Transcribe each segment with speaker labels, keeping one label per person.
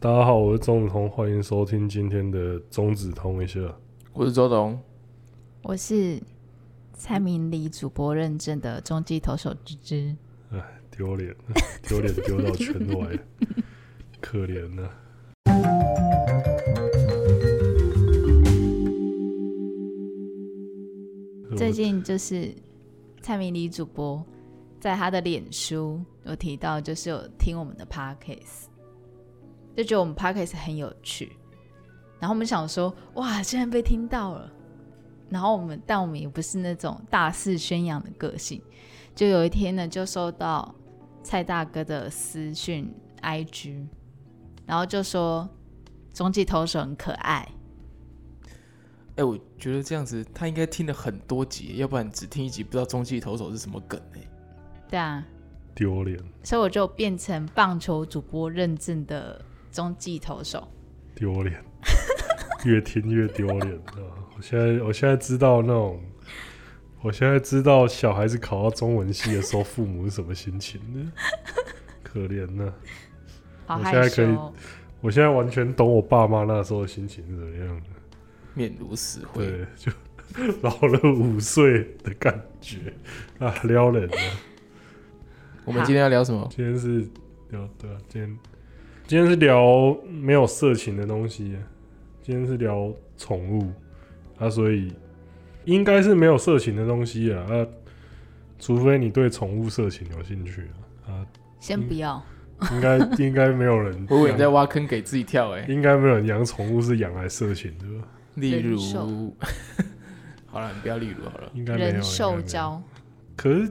Speaker 1: 大家好，我是钟子通，欢迎收听今天的钟子通一下。
Speaker 2: 我是周董，
Speaker 3: 我是蔡明理主播认证的中继投手芝芝。
Speaker 1: 丢脸， 丢脸丢到圈外，可怜啊呐、我
Speaker 3: 最近就是蔡明理主播在他的脸书有提到，就是有听我们的 podcast，就觉得我们 podcast 很有趣。然后我们想说，哇，竟然被听到了。然后我们，但我们也不是那种大肆宣扬的个性。就有一天呢，就收到蔡大哥的私讯 IG，然后就说中继投手很可爱。
Speaker 2: 哎、我觉得这样子他应该听了很多集，要不然只听一集不知道中继投手是什么梗哎、
Speaker 3: 对啊，
Speaker 1: 丢脸，
Speaker 3: 所以我就变成棒球主播认证的中继投手。
Speaker 1: 丢脸，越听越丢脸啊！我现在，我现在知道那种，我现在知道小孩子考到中文系的时候，父母是什么心情呢？可怜啊呐、
Speaker 3: 好
Speaker 1: 我
Speaker 3: 害
Speaker 1: 现在可以
Speaker 3: 羞哦，
Speaker 1: 我现在完全懂我爸妈那时候的心情是怎么样的。
Speaker 2: 面如死灰。
Speaker 1: 对，就老了五岁的感觉啊，撩人啊！
Speaker 2: 我们今天要聊什么？
Speaker 1: 今天是聊对啊，今天今天是聊没有色情的东西，啊今天是聊宠物啊，所以应该是没有色情的东西啊啊，除非你对宠物色情有兴趣 啊啊，
Speaker 3: 先不要。
Speaker 1: 应该应该没有人
Speaker 2: 我以为你在
Speaker 1: 养，
Speaker 2: 挖坑给自己跳哎、
Speaker 1: 应该没有人养宠物是养来色情的吧，
Speaker 2: 例如
Speaker 3: 人兽，
Speaker 2: 好了，你不要例如好了。
Speaker 1: 应该没有
Speaker 3: 人兽，
Speaker 1: 应该没有
Speaker 3: 交，
Speaker 1: 可是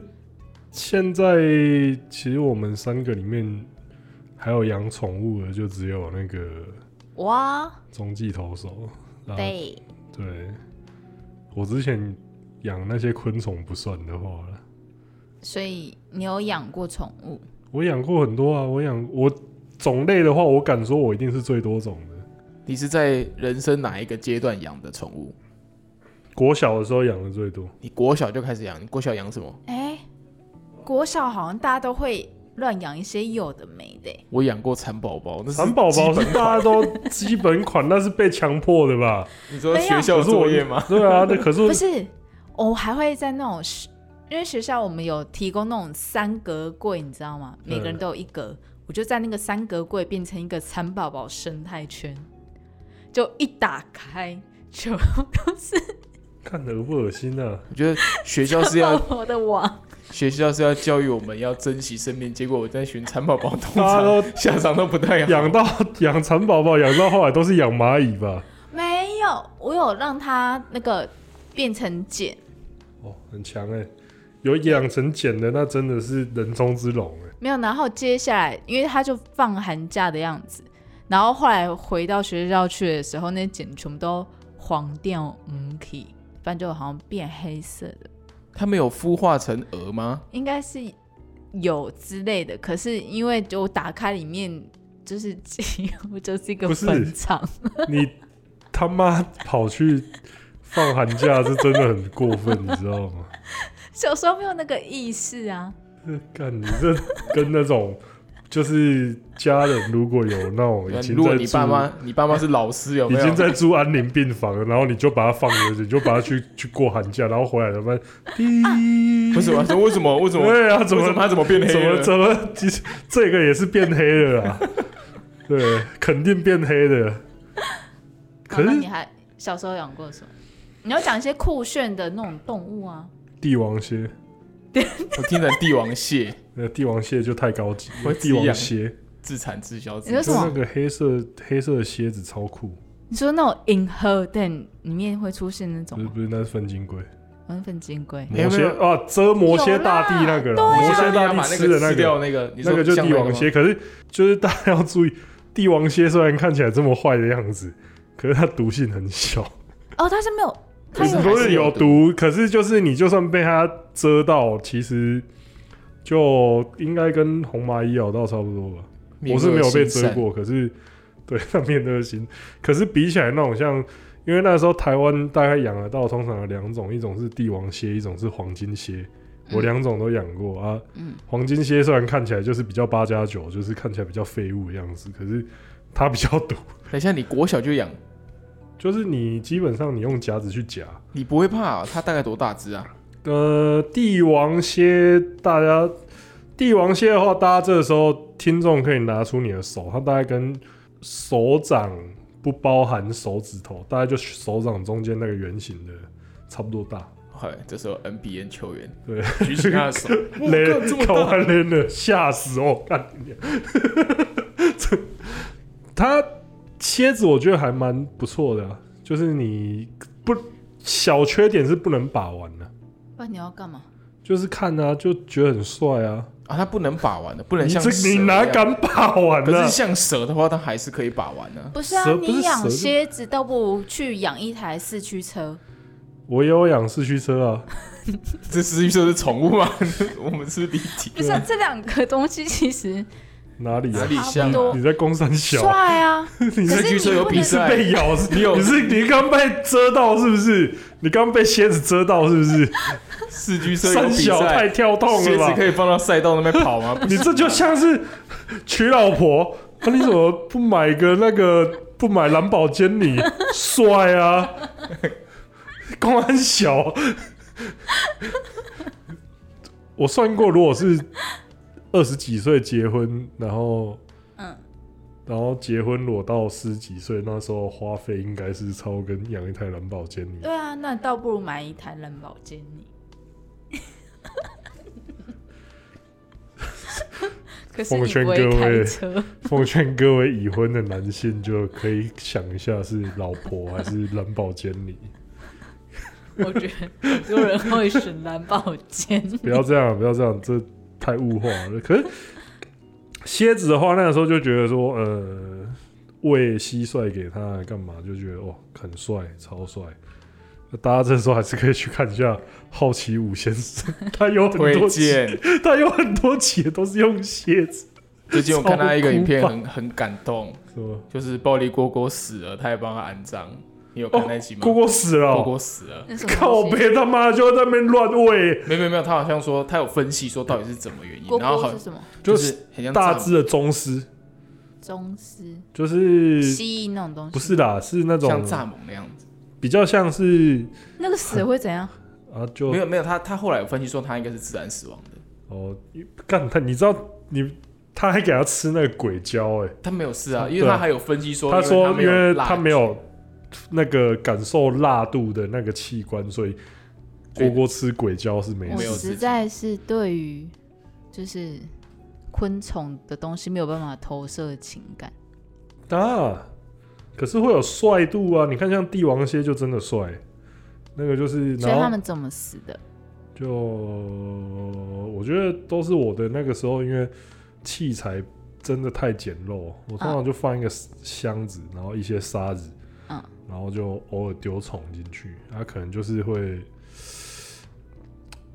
Speaker 1: 现在其实我们三个里面还有养宠物的，就只有那个
Speaker 3: 哇，
Speaker 1: 中继投手。啊、
Speaker 3: 对，
Speaker 1: 对，我之前养那些昆虫不算的话啦
Speaker 3: 所以你有养过宠物？
Speaker 1: 我养过很多啊。我养我种类的话，我敢说我一定是最多种的。
Speaker 2: 你是在人生哪一个阶段养的宠物？
Speaker 1: 国小的时候养的最多，
Speaker 2: 你国小就开始养，你国小养什么？
Speaker 3: 哎，国小好像大家都会乱养一些有的没的欸，
Speaker 2: 我养过蚕宝宝，那是
Speaker 1: 蚕宝宝
Speaker 2: 基
Speaker 1: 是
Speaker 2: 本款
Speaker 1: 大家都基本款，那是被强迫的 吧？
Speaker 2: 你说
Speaker 3: 没有
Speaker 2: 学校
Speaker 1: 可是我
Speaker 2: 作业吗？
Speaker 1: 对啊，那可
Speaker 2: 嗯
Speaker 1: 是
Speaker 3: 不是，我还会在那种学，因为学校我们有提供那种三格柜，你知道吗？
Speaker 2: 嗯
Speaker 3: 每个人都有一格，我就在那个三格柜变成一个蚕宝宝生态圈，就一打开， 全部都是
Speaker 1: 看得不恶心啊。
Speaker 2: 我觉得学校是
Speaker 3: 蚕 宝
Speaker 2: 要
Speaker 3: 宝的网，
Speaker 2: 学校是要教育我们要珍惜生命，结果我在寻蚕宝宝，通
Speaker 1: 大家
Speaker 2: 常
Speaker 1: 都
Speaker 2: 下场都不太好。
Speaker 1: 养到 养蚕宝宝，养到后来都是养蚂蚁吧？
Speaker 3: 没有，我有让它那个变成茧，
Speaker 1: 哦，很强
Speaker 2: 欸
Speaker 1: 哎、有养成茧的那真的是人中之龙哎、
Speaker 3: 没有，然后接下来，因为他就放寒假的样子，然后后来回到学校去的时候，那茧全部都黄掉，嗯体，反正就好像变黑色的，
Speaker 2: 他们有孵化成蛾吗？
Speaker 3: 应该是有之类的。可是因为就我打开里面，就是 几乎就是一个
Speaker 1: 不是
Speaker 3: 坟场，
Speaker 1: 欸你他妈跑去放寒假，是真的很过分，你知道吗？
Speaker 3: 小时候没有那个意识啊。
Speaker 1: 干你这跟那种就是家人如果有那种已经
Speaker 2: 如果
Speaker 1: 在
Speaker 2: 你爸
Speaker 1: 住
Speaker 2: 妈，你爸妈是老师，有
Speaker 1: 已
Speaker 2: 没有？
Speaker 1: 经在住安宁病房了，然后你就把它放着，你就把它去去过寒假，然后回来他 妈滴
Speaker 2: 为什么？为什么？为什么？
Speaker 1: 对啊，
Speaker 2: 为
Speaker 1: 怎么
Speaker 2: 什么他怎么变
Speaker 1: 怎
Speaker 2: 黑
Speaker 1: 么
Speaker 2: 了？
Speaker 1: 怎么，其实这个也是变黑的 啦，对，肯定变黑的。
Speaker 3: 好
Speaker 1: 可
Speaker 3: 那
Speaker 1: 是
Speaker 3: 你还小时候养过什么？你要讲一些酷炫的那种动物啊，
Speaker 1: 帝王蟹，
Speaker 2: 我听成帝王蟹，
Speaker 1: 那帝王蟹就太高级
Speaker 2: 我
Speaker 1: 了，
Speaker 2: 自
Speaker 1: 帝
Speaker 2: 己
Speaker 1: 王
Speaker 2: 养
Speaker 1: 蟹，
Speaker 2: 自产自销。
Speaker 3: 你说
Speaker 1: 就
Speaker 3: 什
Speaker 1: 那
Speaker 3: 么？
Speaker 1: 个黑色黑色的蝎子超酷，
Speaker 3: 你说那种 in her den 里面会出现那种
Speaker 1: 不是
Speaker 3: 吗？
Speaker 1: 不是，那是分金龟，
Speaker 3: 文粉金龟。
Speaker 2: 啊没有
Speaker 1: 魔
Speaker 2: 没
Speaker 1: 蝎
Speaker 2: 有
Speaker 1: 啊，遮魔蝎大帝
Speaker 3: 有啦
Speaker 1: 那个啦，
Speaker 3: 对
Speaker 1: 魔
Speaker 3: 啊
Speaker 2: 我
Speaker 1: 蝎
Speaker 2: 现在要
Speaker 1: 大
Speaker 2: 把
Speaker 1: 帝
Speaker 2: 那
Speaker 1: 吃的
Speaker 2: 个
Speaker 1: 那
Speaker 2: 吃掉
Speaker 1: 个，
Speaker 2: 那个，你
Speaker 1: 那
Speaker 2: 说
Speaker 1: 个就
Speaker 2: 像
Speaker 1: 帝王
Speaker 2: 那
Speaker 1: 蝎。可是就是大家要注意，帝王蝎虽然看起来这么坏的样子，可是它毒性很小。
Speaker 3: 哦，它是没有，它
Speaker 2: 可是
Speaker 3: 有
Speaker 2: 还
Speaker 1: 不是
Speaker 2: 有
Speaker 1: 有毒，可是就是你就算被它蛰到，其实就应该跟红蚂蚁咬到差不多吧。
Speaker 2: 个吗，
Speaker 1: 我是没有被
Speaker 2: 蛰
Speaker 1: 蛰。过，可是 对那面恶心。可是比起来那种像，因为那时候台湾大概养得到，通常有两种，一种是帝王蟹，一种是黄金蟹。
Speaker 2: 嗯
Speaker 1: 我两种都养过啊。
Speaker 3: 嗯
Speaker 1: 黄金蝎虽然看起来就是比较八加九，就是看起来比较废物的样子，可是它比较毒，
Speaker 2: 等一下你国小就养，
Speaker 1: 就是你基本上你用夹子去夹。
Speaker 2: 你不会怕、啊？它大概多大只啊？
Speaker 1: 呃，帝王蝎，大家帝王蝎的话，大家这个时候听众可以拿出你的手，它大概跟手掌不包含手指头，大概就手掌中间那个圆形的差不多大。
Speaker 2: 后来这时候 NBA 球员
Speaker 1: 对
Speaker 2: 举起他 的手，哇
Speaker 1: 雷
Speaker 2: 干这么
Speaker 1: 看
Speaker 2: 大，
Speaker 1: 完雷了，吓死我！干你娘！这它蝎子我觉得还蛮不错的啊、就是你不小缺点是不能把玩的、
Speaker 3: 不然你要干嘛？
Speaker 1: 就是看啊就觉得很帅啊。
Speaker 2: 啊，它不能把玩的，不能
Speaker 1: 你
Speaker 2: 像
Speaker 1: 这
Speaker 2: 蛇
Speaker 1: 你哪
Speaker 2: 一样？
Speaker 1: 敢啊把玩
Speaker 2: 可
Speaker 1: 呢、
Speaker 2: 是像蛇的话，它还是可以把玩呢、
Speaker 3: 不是啊，
Speaker 1: 蛇不是
Speaker 3: 你养
Speaker 1: 蛇
Speaker 3: 蝎子倒不如去养一台四驱车。
Speaker 1: 我也有养四驱车啊，
Speaker 2: 这是就是宠物吗？ 我们是离题，
Speaker 3: 不是、啊、这两个东西其实
Speaker 1: 哪里
Speaker 2: 哪
Speaker 1: 啊？
Speaker 2: 里像、
Speaker 3: 差不多
Speaker 2: 啊？
Speaker 1: 你在公山小啊，
Speaker 3: 帅啊，
Speaker 1: 你
Speaker 3: 可
Speaker 1: 是
Speaker 3: 是
Speaker 2: 驱车有比赛，
Speaker 1: 被咬是？
Speaker 2: 你有
Speaker 1: 你是你刚被遮到是不是？你刚被蝎子遮到是不是？
Speaker 2: 四驱车有
Speaker 1: 山
Speaker 2: 比
Speaker 1: 小太
Speaker 2: 赛，
Speaker 1: 跳痛
Speaker 2: 鞋
Speaker 1: 了
Speaker 2: 子
Speaker 1: 吧
Speaker 2: 可？以放到赛道那边跑 吗？
Speaker 1: 你这就像是娶老婆，啊、你怎么不买个那个不买蓝宝坚尼？帅啊，公安小。我算过，如果是二十几岁结婚，然后
Speaker 3: 嗯，
Speaker 1: 然后结婚裸到十几岁，那时候花费应该是超跟养一台蓝宝坚尼。
Speaker 3: 对啊，那倒不如买一台蓝宝坚尼。 可是
Speaker 1: 奉
Speaker 3: 你
Speaker 1: 劝
Speaker 3: 不会
Speaker 1: 各
Speaker 3: 开
Speaker 1: 位
Speaker 3: 车，
Speaker 1: 奉劝各位已婚的男性，就可以想一下是老婆还是蓝宝坚尼。
Speaker 3: 我觉得很多人会选蓝宝坚尼。
Speaker 1: 不要这样，不要这样，这太物化了。可是蝎子的话，那个时候就觉得说，呃，喂蟋蟀给他干嘛？就觉得哇，很帅，超帅。那大家这时候还是可以去看一下《好奇五先生》， 他有很
Speaker 2: 推
Speaker 1: 多集，
Speaker 2: 荐，
Speaker 1: 他有很多集都是用蝎子，
Speaker 2: 最近我看他一个影片
Speaker 1: 超
Speaker 2: 很，
Speaker 1: 酷
Speaker 2: 很感动，
Speaker 1: 是吗？
Speaker 2: 就是暴力蝈蝈死了，他也帮他安葬。你有看那集吗？
Speaker 1: 蝈蝈死了
Speaker 2: 蝈
Speaker 1: 哦、
Speaker 2: 蝈死了，
Speaker 3: 那什么
Speaker 1: 靠
Speaker 3: 东西？
Speaker 1: 背他妈就在那边乱喂，
Speaker 2: 没有没有没有，他好像说他有分析说到底是怎么原因，
Speaker 3: 锅
Speaker 2: 然后
Speaker 3: 锅
Speaker 2: 好
Speaker 3: 是什么？
Speaker 2: 就是很像
Speaker 1: 大
Speaker 2: 蚱
Speaker 1: 只的宗师，
Speaker 3: 宗师、
Speaker 1: 就是
Speaker 3: 蜥蜴那种东西？
Speaker 1: 不是啦，是那
Speaker 2: 蜢像
Speaker 1: 种
Speaker 2: 蚱蜢那样子。
Speaker 1: 比较像是
Speaker 3: 那个死会怎样？
Speaker 1: 啊，就
Speaker 2: 没有没有，他他后来有分析说他应该是自然死亡的，
Speaker 1: 哦，干他，你知道你他还给他吃那个鬼胶哎、
Speaker 2: 他没有事啊，
Speaker 1: 嗯
Speaker 2: 因为他
Speaker 1: 对啊
Speaker 2: 还有分析说，
Speaker 1: 他说因
Speaker 2: 因
Speaker 1: 为
Speaker 2: 为
Speaker 1: 他
Speaker 2: 他
Speaker 1: 没
Speaker 2: 没有
Speaker 1: 有那个感受辣度的那个器官，所以
Speaker 2: 所以
Speaker 1: 锅锅吃鬼胶是没
Speaker 3: 我
Speaker 2: 没有
Speaker 1: 事。
Speaker 2: 自
Speaker 3: 实
Speaker 2: 己
Speaker 3: 在是对于就是昆虫的东西没有办法投射情感。
Speaker 1: 啊，可是会有帅度啊！你看像帝王蝎就真的帅，那个就是
Speaker 3: 所以他
Speaker 1: 然后
Speaker 3: 们怎么死的？
Speaker 1: 就我觉得都是我的那个时候，因为器材真的太简陋，我通常就放一个箱子，然后一些沙子，
Speaker 3: 嗯，
Speaker 1: 然后就偶尔丢虫进去，它、可能就是会，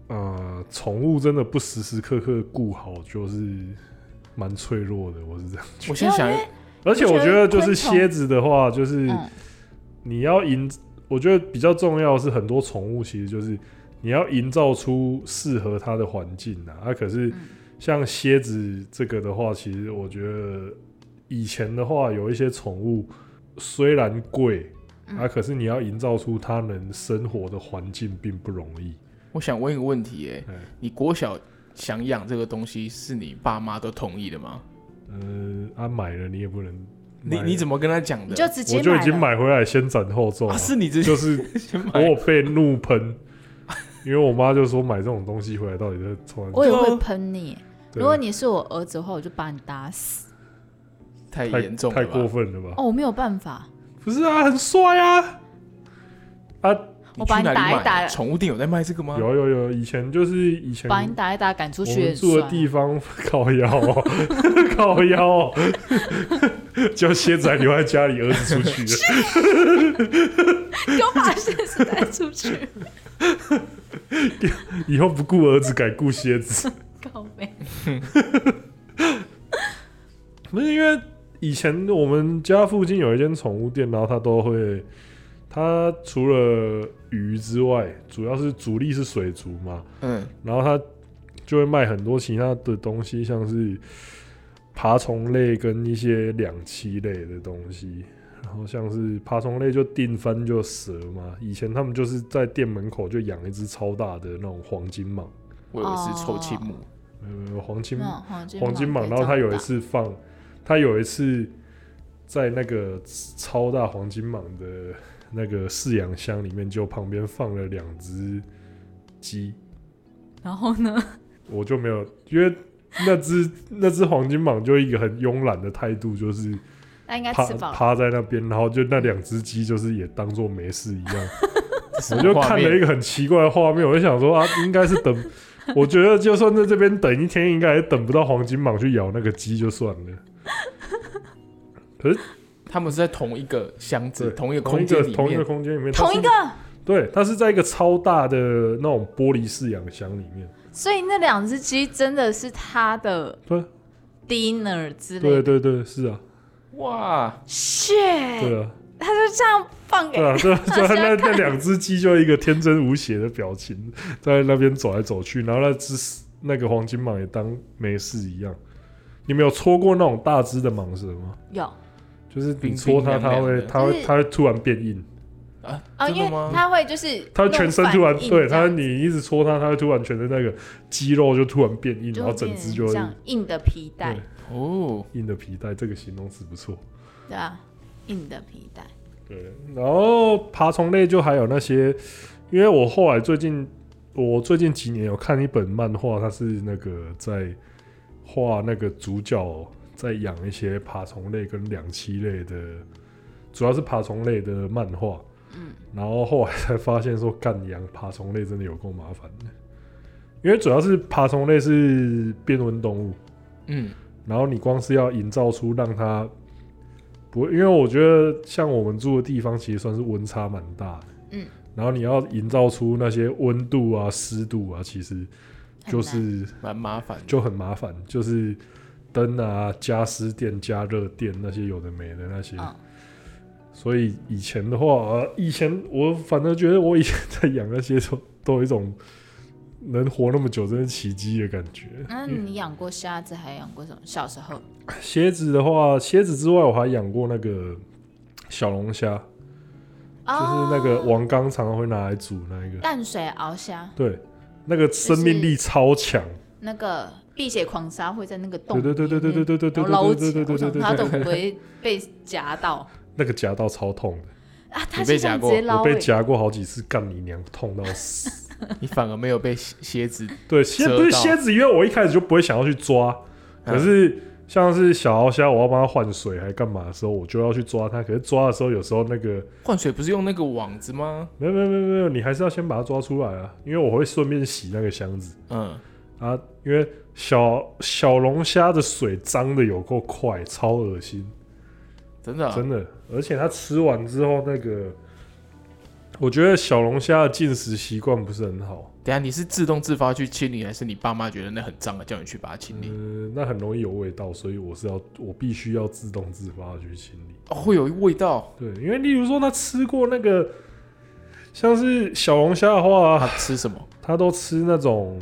Speaker 1: 呃，宠物真的不时时刻刻顾好，就是蛮脆弱的，我是这样。
Speaker 2: 我先想
Speaker 3: 没有因为
Speaker 1: 而且我
Speaker 3: 我觉
Speaker 1: 觉
Speaker 3: 得
Speaker 1: 得就是
Speaker 3: 昆虫
Speaker 1: 蝎子的话，就是
Speaker 3: 嗯，
Speaker 1: 你要营，我觉得比较重要的是很多宠物其实就是你要营造出适合它的环境啊。啊，可是
Speaker 3: 嗯
Speaker 1: 像蝎子这个的话，其实我觉得以前的话有一些宠物虽然贵。
Speaker 3: 嗯
Speaker 1: 啊，可是你要营造出它能生活的环境并不容易。
Speaker 2: 我想问一个问题，哎
Speaker 1: 嗯，
Speaker 2: 你国小想养这个东西，是你爸妈都同意的吗？
Speaker 1: 呃，啊，买了你也不能，
Speaker 2: 你你怎
Speaker 1: 么
Speaker 2: 么跟他讲
Speaker 3: 你
Speaker 2: 的？
Speaker 3: 就直接
Speaker 1: 我就已
Speaker 3: 了哦
Speaker 1: 经买回来先斩后奏、
Speaker 2: 啊，是你直接
Speaker 1: 哦就是
Speaker 2: 先
Speaker 1: 我
Speaker 2: 买
Speaker 1: 有被怒喷，因为我妈就说买这种东西回来到底在从
Speaker 3: 我也
Speaker 2: 对
Speaker 3: 会
Speaker 2: 啊
Speaker 3: 喷你。
Speaker 1: 对
Speaker 3: 如果你是我儿子的话，我就把你打死。
Speaker 2: 太
Speaker 1: 太
Speaker 2: 严重了
Speaker 1: 太
Speaker 2: 吧，
Speaker 1: 过分了吧？
Speaker 3: 哦，我没有办法，
Speaker 1: 不是啊，很帅啊！
Speaker 2: 你
Speaker 3: 我把
Speaker 2: 去哪
Speaker 3: 你
Speaker 2: 里
Speaker 3: 打一
Speaker 2: 买
Speaker 3: 打
Speaker 2: 啊宠物店有在卖这个吗？
Speaker 1: 有有有，以前就是以前
Speaker 3: 把你打一打赶出
Speaker 1: 我
Speaker 3: 去
Speaker 1: 们
Speaker 3: 很
Speaker 1: 住的
Speaker 3: 帅。啊
Speaker 1: 地方靠腰、哦， 靠腰、 哦，叫蝎仔留在家里，儿子出去 了，
Speaker 3: 给我把现实带 出去，
Speaker 1: 以后不顾儿子，改顾蝎子。
Speaker 3: 告妹。
Speaker 1: 不是因为以前我们家附近有一间宠物店，然后它都会，它除了鱼之外，主要是主力是水族嘛，
Speaker 2: 嗯，
Speaker 1: 然后它就会卖很多其他的东西，像是爬虫类跟一些两栖类的东西。然后像是爬虫类就定番就蛇嘛，以前他们就是在店门口就养一只超大的那种黄金蟒，
Speaker 2: 我以为
Speaker 3: 哦
Speaker 2: 是臭青木，
Speaker 1: 没有没有没有黄金
Speaker 3: 那种黄嗯金
Speaker 1: 黄金
Speaker 3: 蟒可
Speaker 1: 蟒，
Speaker 3: 以
Speaker 1: 然后他
Speaker 3: 长
Speaker 1: 有一
Speaker 3: 大
Speaker 1: 次放，他有一次在那个超大黄金蟒的那个饲养箱里面，就旁边放了两只鸡，
Speaker 3: 然后呢？
Speaker 1: 我就没有，因为那只那只黄金蟒就一个很慵懒的态度，就是
Speaker 3: 那应该
Speaker 1: 趴
Speaker 3: 吃饱了。
Speaker 1: 趴在那边，然后就那两只鸡就是也当做没事 一样，
Speaker 2: 这什
Speaker 1: 我
Speaker 2: 么
Speaker 1: 就
Speaker 2: 画
Speaker 1: 看
Speaker 2: 面
Speaker 1: 了一个很奇怪的画面，我就想说啊，应该是等，我觉得就算在这边等一天，应该也等不到黄金蟒去咬那个鸡就算了。
Speaker 2: 他们是在同一个箱子、
Speaker 1: 对
Speaker 2: 同一个
Speaker 1: 同一
Speaker 2: 空
Speaker 1: 个
Speaker 2: 间里
Speaker 1: 同一个
Speaker 2: 面，
Speaker 1: 空间里面，它
Speaker 3: 同一
Speaker 1: 是
Speaker 3: 个，
Speaker 1: 对，它是在一个超大的那种玻璃饲养箱里面。
Speaker 3: 所以那两只鸡真的是他的
Speaker 1: 对
Speaker 3: dinner 之类
Speaker 1: 对
Speaker 3: 的。
Speaker 1: 对对，是啊，
Speaker 2: 哇，啊
Speaker 3: shit，
Speaker 1: 对啊，
Speaker 3: 他就这样放给
Speaker 1: 对啊，对啊，对啊
Speaker 3: 喜欢
Speaker 1: 那那两只鸡就一个天真无邪的表情，在那边走来走去，然后那只那个黄金蟒也当没事一样。你们有戳过那种大只的蟒蛇吗？
Speaker 3: 有哦
Speaker 1: 就是你
Speaker 2: 冰
Speaker 1: 戳它，
Speaker 2: 冰凉
Speaker 1: 它
Speaker 2: 凉
Speaker 1: 会
Speaker 2: 的
Speaker 1: 它
Speaker 3: 就
Speaker 1: 会
Speaker 3: 是
Speaker 1: 它会突然变硬，
Speaker 3: 啊，
Speaker 2: 真
Speaker 3: 因
Speaker 2: 的
Speaker 3: 为
Speaker 2: 吗
Speaker 3: 他会就是
Speaker 1: 它会全身突然
Speaker 3: 弄反应
Speaker 1: 对
Speaker 3: 这样
Speaker 1: 它，你一直戳它，它会突然全身那个肌肉就突然变硬，
Speaker 3: 就
Speaker 1: 然
Speaker 3: 会
Speaker 1: 后整
Speaker 3: 变
Speaker 1: 只
Speaker 3: 成
Speaker 1: 就会
Speaker 3: 这样硬的皮带
Speaker 1: 对，
Speaker 2: 哦，
Speaker 1: 硬的皮带，这个形容词不错。
Speaker 3: 对啊，硬的皮带。
Speaker 1: 对，然后爬虫类就还有那些，因为我后来最近，我最近几年有看一本漫画，它是那个在画那个主角在养一些爬虫类跟两栖类的，主要是爬虫类的漫画。
Speaker 3: 嗯，
Speaker 1: 然后后来才发现说，干养爬虫类真的有够麻烦的，因为主要是爬虫类是变温动物，
Speaker 2: 嗯，
Speaker 1: 然后你光是要营造出让它不会，因为我觉得像我们住的地方其实算是温差蛮大的，
Speaker 3: 嗯，
Speaker 1: 然后你要营造出那些温度啊、湿度啊，其实
Speaker 3: 很
Speaker 1: 就
Speaker 3: 难
Speaker 1: 是
Speaker 2: 蛮麻烦的，
Speaker 1: 就很麻烦，就是灯啊、加湿垫、加热垫那些有的没的那些。
Speaker 3: 嗯
Speaker 1: 所以以前的话，呃以前我反正觉得我以前在养那些都都有一种能活那么久真是奇迹的感觉。
Speaker 3: 那
Speaker 1: 因为
Speaker 3: 你养过虾子，还养过什么？小时候
Speaker 1: 蝎子的话，蝎子之外我还养过那个小龙虾，就是那个
Speaker 3: 哦
Speaker 1: 王刚常常会拿来煮那一个，
Speaker 3: 淡水鳌虾，
Speaker 1: 对，那个生命力超强。
Speaker 3: 那个碧血狂鲨会在那个洞
Speaker 1: 对
Speaker 3: 里面，
Speaker 1: 对对对对对对对对
Speaker 3: 然后捞
Speaker 1: 对
Speaker 3: 起
Speaker 1: 对
Speaker 3: 来，
Speaker 1: 对对
Speaker 3: 我想
Speaker 1: 对
Speaker 3: 它都
Speaker 1: 对，
Speaker 3: 不会被夹到
Speaker 1: 那个夹到超痛的。
Speaker 3: 啊，它
Speaker 2: 你
Speaker 3: 是
Speaker 2: 被
Speaker 3: 这样
Speaker 2: 夹
Speaker 3: 直
Speaker 2: 过
Speaker 3: 接捞
Speaker 1: 我被
Speaker 3: 欸
Speaker 1: 夹过好几次，干你娘，痛到死。
Speaker 2: 你反而没有被蝎蝎子，
Speaker 1: 对，蝎
Speaker 2: 折到嗯
Speaker 1: 不是蝎子，因为我一开始就不会想要去抓，可是像是小鳌虾，我要帮它换水还干嘛的时候，我就要去抓它。可是抓的时候，有时候那个
Speaker 2: 换水不是用那个网子吗？
Speaker 1: 没有没有没有没有，你还是要先把它抓出来啊，因为我会顺便洗那个箱子
Speaker 2: 嗯，
Speaker 1: 啊，因为小小龙虾的水脏的有够快，超恶心。
Speaker 2: 真的啊、
Speaker 1: 真的，而且它吃完之后，那个我觉得小龙虾的进食习惯不是很好，
Speaker 2: 等一下你是自动自发去清理，还是你爸妈觉得那很脏了，叫你去把它清理？
Speaker 1: 嗯，那很容易有味道，所以我是要我必须要自动自发的去清理。
Speaker 2: 哦，会有味道，
Speaker 1: 对，因为例如说他吃过那个，像是小龙虾的话，
Speaker 2: 它啊吃什么？
Speaker 1: 他都吃那种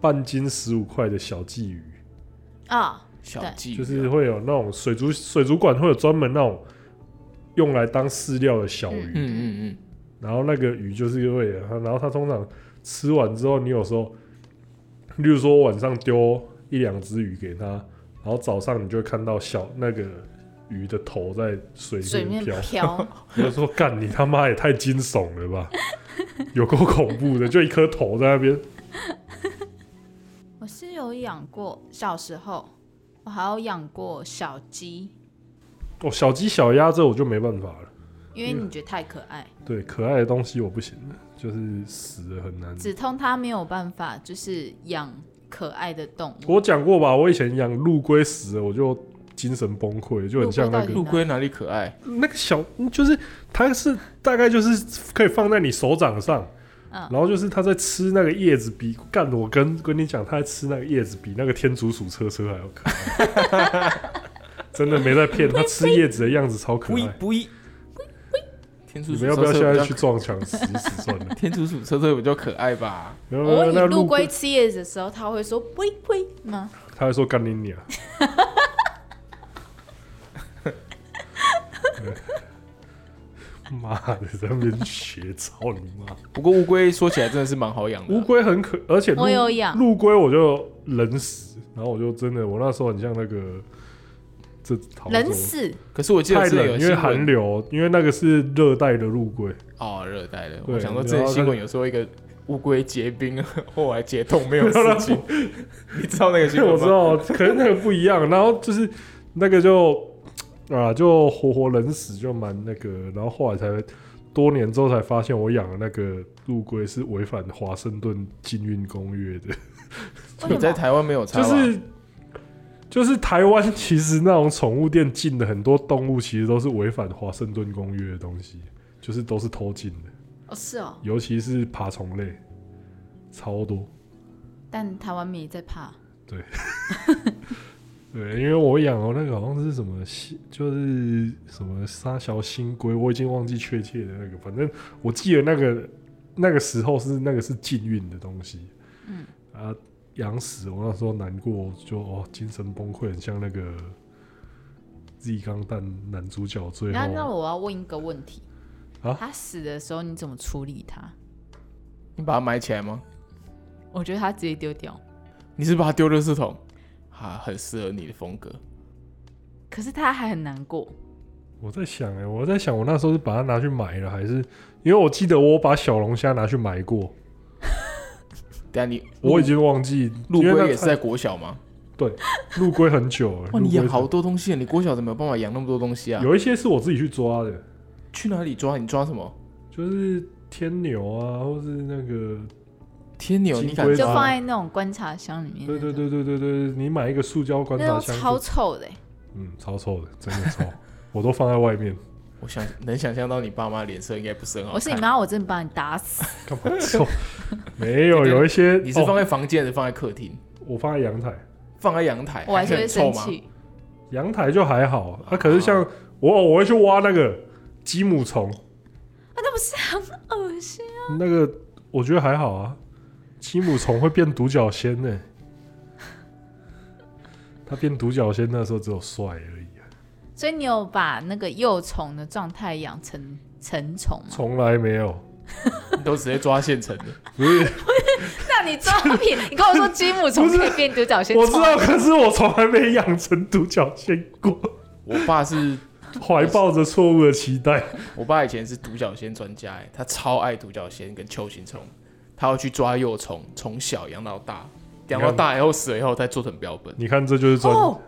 Speaker 1: 半斤十五块的小鲫鱼，
Speaker 3: 啊，
Speaker 2: 小
Speaker 3: 对
Speaker 2: 鲫鱼啊
Speaker 1: 就是会有那种水族水族馆会有专门那种用来当饲料的小鱼，
Speaker 2: 嗯嗯
Speaker 1: 然后那个鱼就是会，然后它通常吃完之后，你有时候，例如说晚上丢一两只鱼给它，然后早上你就会看到小那个鱼的头在水
Speaker 3: 水
Speaker 1: 里
Speaker 3: 面
Speaker 1: 面飘，
Speaker 3: 飘，
Speaker 1: 我就说干你他妈也太惊悚了吧，有够恐怖的，就一颗头在那边，
Speaker 3: 我是有养过，小时候我还有养过小鸡，
Speaker 1: 哦，小鸡小鸭这我就没办法了，
Speaker 3: 因为你觉得太可爱，
Speaker 1: 对，可爱的东西我不行了，就是死的很难。
Speaker 3: 止痛它没有办法，就是养可爱的动物。
Speaker 1: 我讲过吧，我以前养陆龟死了，我就精神崩溃，就很像那个
Speaker 2: 嗯，。
Speaker 3: 陆龟到底
Speaker 2: 陆龟哪里可爱？
Speaker 1: 那个小就是它是大概就是可以放在你手掌上，
Speaker 3: 嗯
Speaker 1: 然后就是它在吃那个叶子比，干我跟跟你讲，它在吃那个叶子比那个天竺鼠车车还要可爱， 真的没在骗，它吃叶子的样子超可
Speaker 2: 不一
Speaker 1: 爱。
Speaker 2: 不一，天竺
Speaker 1: 你
Speaker 2: 鼠
Speaker 1: 们要不要
Speaker 2: 车
Speaker 1: 现
Speaker 2: 车比
Speaker 1: 在
Speaker 2: 较
Speaker 1: 去撞墙死死算 了？
Speaker 2: 天竺鼠车车比较可爱吧？
Speaker 1: 没有没
Speaker 3: 我
Speaker 1: 有，
Speaker 3: 问你
Speaker 1: 呃那
Speaker 3: 陆
Speaker 1: 陆
Speaker 3: 龟吃叶子的时候，他会说“呸呸”吗？
Speaker 1: 他还说干你娘。 妈的，在那边学操你妈！
Speaker 2: 不过乌龟说起来真的是蛮好养的
Speaker 1: 乌
Speaker 2: 啊，
Speaker 1: 龟很可，而且陆
Speaker 3: 我有养
Speaker 1: 陆龟，我就冷死，然后我就真的，我那时候很像那个这好像
Speaker 3: 冷
Speaker 1: 说
Speaker 3: 死，
Speaker 2: 可是我记得
Speaker 1: 太
Speaker 2: 这有
Speaker 1: 冷，因为
Speaker 2: 新闻
Speaker 1: 寒流，因为那个是热带的陆龟，
Speaker 2: 哦，热带的。
Speaker 1: 对
Speaker 2: 我想说，
Speaker 1: 然后
Speaker 2: 这些新
Speaker 1: 那
Speaker 2: 闻有时候一个乌龟结冰，后来解冻 没有
Speaker 1: 没有
Speaker 2: 事
Speaker 1: 啦
Speaker 2: 情， 你知道那个新闻
Speaker 1: 我知
Speaker 2: 吗？
Speaker 1: 道，可是那个不一样。然后就是那个就啊，就活活冷死，就蛮那个。然后后来才多年之后才发现，我养的那个陆龟是违反华盛顿禁运公约的，
Speaker 2: 你
Speaker 3: 为什
Speaker 2: 在
Speaker 3: 么？
Speaker 2: 台湾没有差
Speaker 1: 就
Speaker 2: 吧？
Speaker 1: 是。就是台湾其实那种宠物店进的很多动物，其实都是违反华盛顿公约的东西，就是都是偷进的，
Speaker 3: 哦，是哦，
Speaker 1: 尤其是爬虫类，超多。
Speaker 3: 但台湾没在怕。
Speaker 1: 对，因为我养的那个好像是什么新，就是什么沙小新龟，我已经忘记确切的那个，反正我记得那个那个时候是那个是禁运的东西。
Speaker 3: 嗯
Speaker 1: 啊，养死我那时候难过，就哦精神崩溃，很像那 个《Z 钢弹》男主角最
Speaker 3: 那那
Speaker 1: 后
Speaker 3: 我要问一个问题，
Speaker 1: 哦啊
Speaker 3: 他死的时候你怎么处理他？
Speaker 2: 你把它埋起来吗？
Speaker 3: 我觉得他直接丢掉，
Speaker 2: 你是把它丢垃圾桶？啊，很适合你的风格。
Speaker 3: 可是他还很难过。
Speaker 1: 我在想哎、我在想我那时候是把它拿去埋了，还是因为我记得我把小龙虾拿去埋过，
Speaker 2: 等下你
Speaker 1: 我已经忘记
Speaker 2: 陆
Speaker 1: 因为那
Speaker 2: 龟也是
Speaker 1: 太
Speaker 2: 在国小吗？
Speaker 1: 陆龟很 久了，
Speaker 2: 哇，你
Speaker 1: 陆龟
Speaker 2: 养好多东西，你国小怎么有办法养那么多东西啊？
Speaker 1: 有一些是我自己去抓的，
Speaker 2: 去哪里抓？你抓什么？
Speaker 1: 就是天牛啊，或是那个，
Speaker 2: 天牛，
Speaker 1: 金
Speaker 2: 你敢
Speaker 1: 龟
Speaker 3: 就
Speaker 1: 对
Speaker 2: 抓
Speaker 1: 啊
Speaker 3: 放在那种观察箱里面。
Speaker 1: 对对，对对对对，你买一个塑胶观
Speaker 3: 那
Speaker 1: 察
Speaker 3: 种
Speaker 1: 箱就，
Speaker 3: 超臭的欸、
Speaker 1: 嗯，超臭的，真的臭，我都放在外面，
Speaker 2: 我想能想象到你爸妈脸色应该不是
Speaker 1: 哦
Speaker 2: 很好看。
Speaker 3: 我是你妈，我真的把你打死。
Speaker 1: 干嘛臭？没有，有一些
Speaker 2: 你是放
Speaker 1: 哦、
Speaker 2: 在房间还是放在客厅？
Speaker 1: 我放在阳台，
Speaker 2: 放在阳台，
Speaker 3: 我还是会
Speaker 2: 很臭
Speaker 3: 生
Speaker 2: 吗？
Speaker 3: 气。
Speaker 1: 阳台就还好，啊，可是像我我会去挖那个鸡母虫，
Speaker 3: 啊，那不是很恶心？
Speaker 1: 那个我觉得还好啊，鸡母虫会变独角仙呢、它变独角仙那时候只有帅而已、啊，
Speaker 3: 所以你有把那个幼虫的状态养成成虫吗？
Speaker 1: 从来没有，
Speaker 2: 你 都直接抓现成的。
Speaker 1: 不是。
Speaker 3: 那你抓屁！你跟我说金母虫
Speaker 1: 不是
Speaker 3: 可以变独角仙虫，
Speaker 1: 我知道，可是我从来没养成独角仙过，
Speaker 2: 我爸是，
Speaker 1: 怀抱着错误的期待。
Speaker 2: 我爸以前是独角仙专家，哎，他超爱独角仙跟球形虫，他要去抓幼虫，从小养到大，养到大以后死了以后再做成标本。
Speaker 1: 你看，这就是专，
Speaker 3: 哦，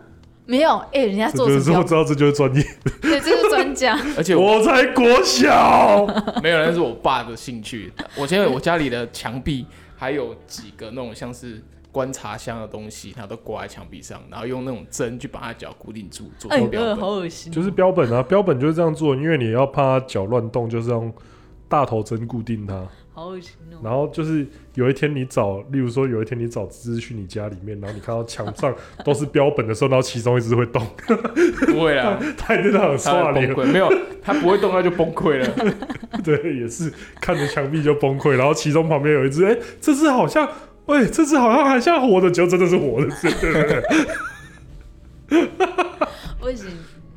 Speaker 3: 没有，哎、人家
Speaker 1: 这
Speaker 3: 做
Speaker 1: 就
Speaker 3: 什
Speaker 1: 是我
Speaker 3: 么？
Speaker 1: 知道，这就是专业。
Speaker 3: 对，这是专家。
Speaker 2: 而且我
Speaker 1: 我才国小，
Speaker 2: 没有，那是我爸的兴趣。我现在我家里的墙壁还有几个那种像是观察箱的东西，它都挂在墙壁上，然后用那种针去把它脚固定住，做
Speaker 3: 哎
Speaker 2: 成
Speaker 3: 呦，
Speaker 2: 标
Speaker 3: 呃
Speaker 2: 本。
Speaker 3: 好恶心。
Speaker 1: 就是标本啊，标本就是这样做，因为你要怕它脚乱动，就是用大头针固定它。
Speaker 3: 好恶心哦！
Speaker 1: 然后就是有一天你找，例如说有一天你找只去你家里面，然后你看到墙上都是标本的时候，然后其中一只会 动，
Speaker 2: 不会啦，
Speaker 1: 它真的很
Speaker 2: 它
Speaker 1: 刷
Speaker 2: 会
Speaker 1: 脸。
Speaker 2: 崩溃。没有，它不会动，它就崩溃 了。
Speaker 1: 对，也是看着墙壁就崩溃，然后其中旁边有一只，哎、这只好像，喂、这只好像还像活的，结果真的是活的， 真的。
Speaker 3: 不行，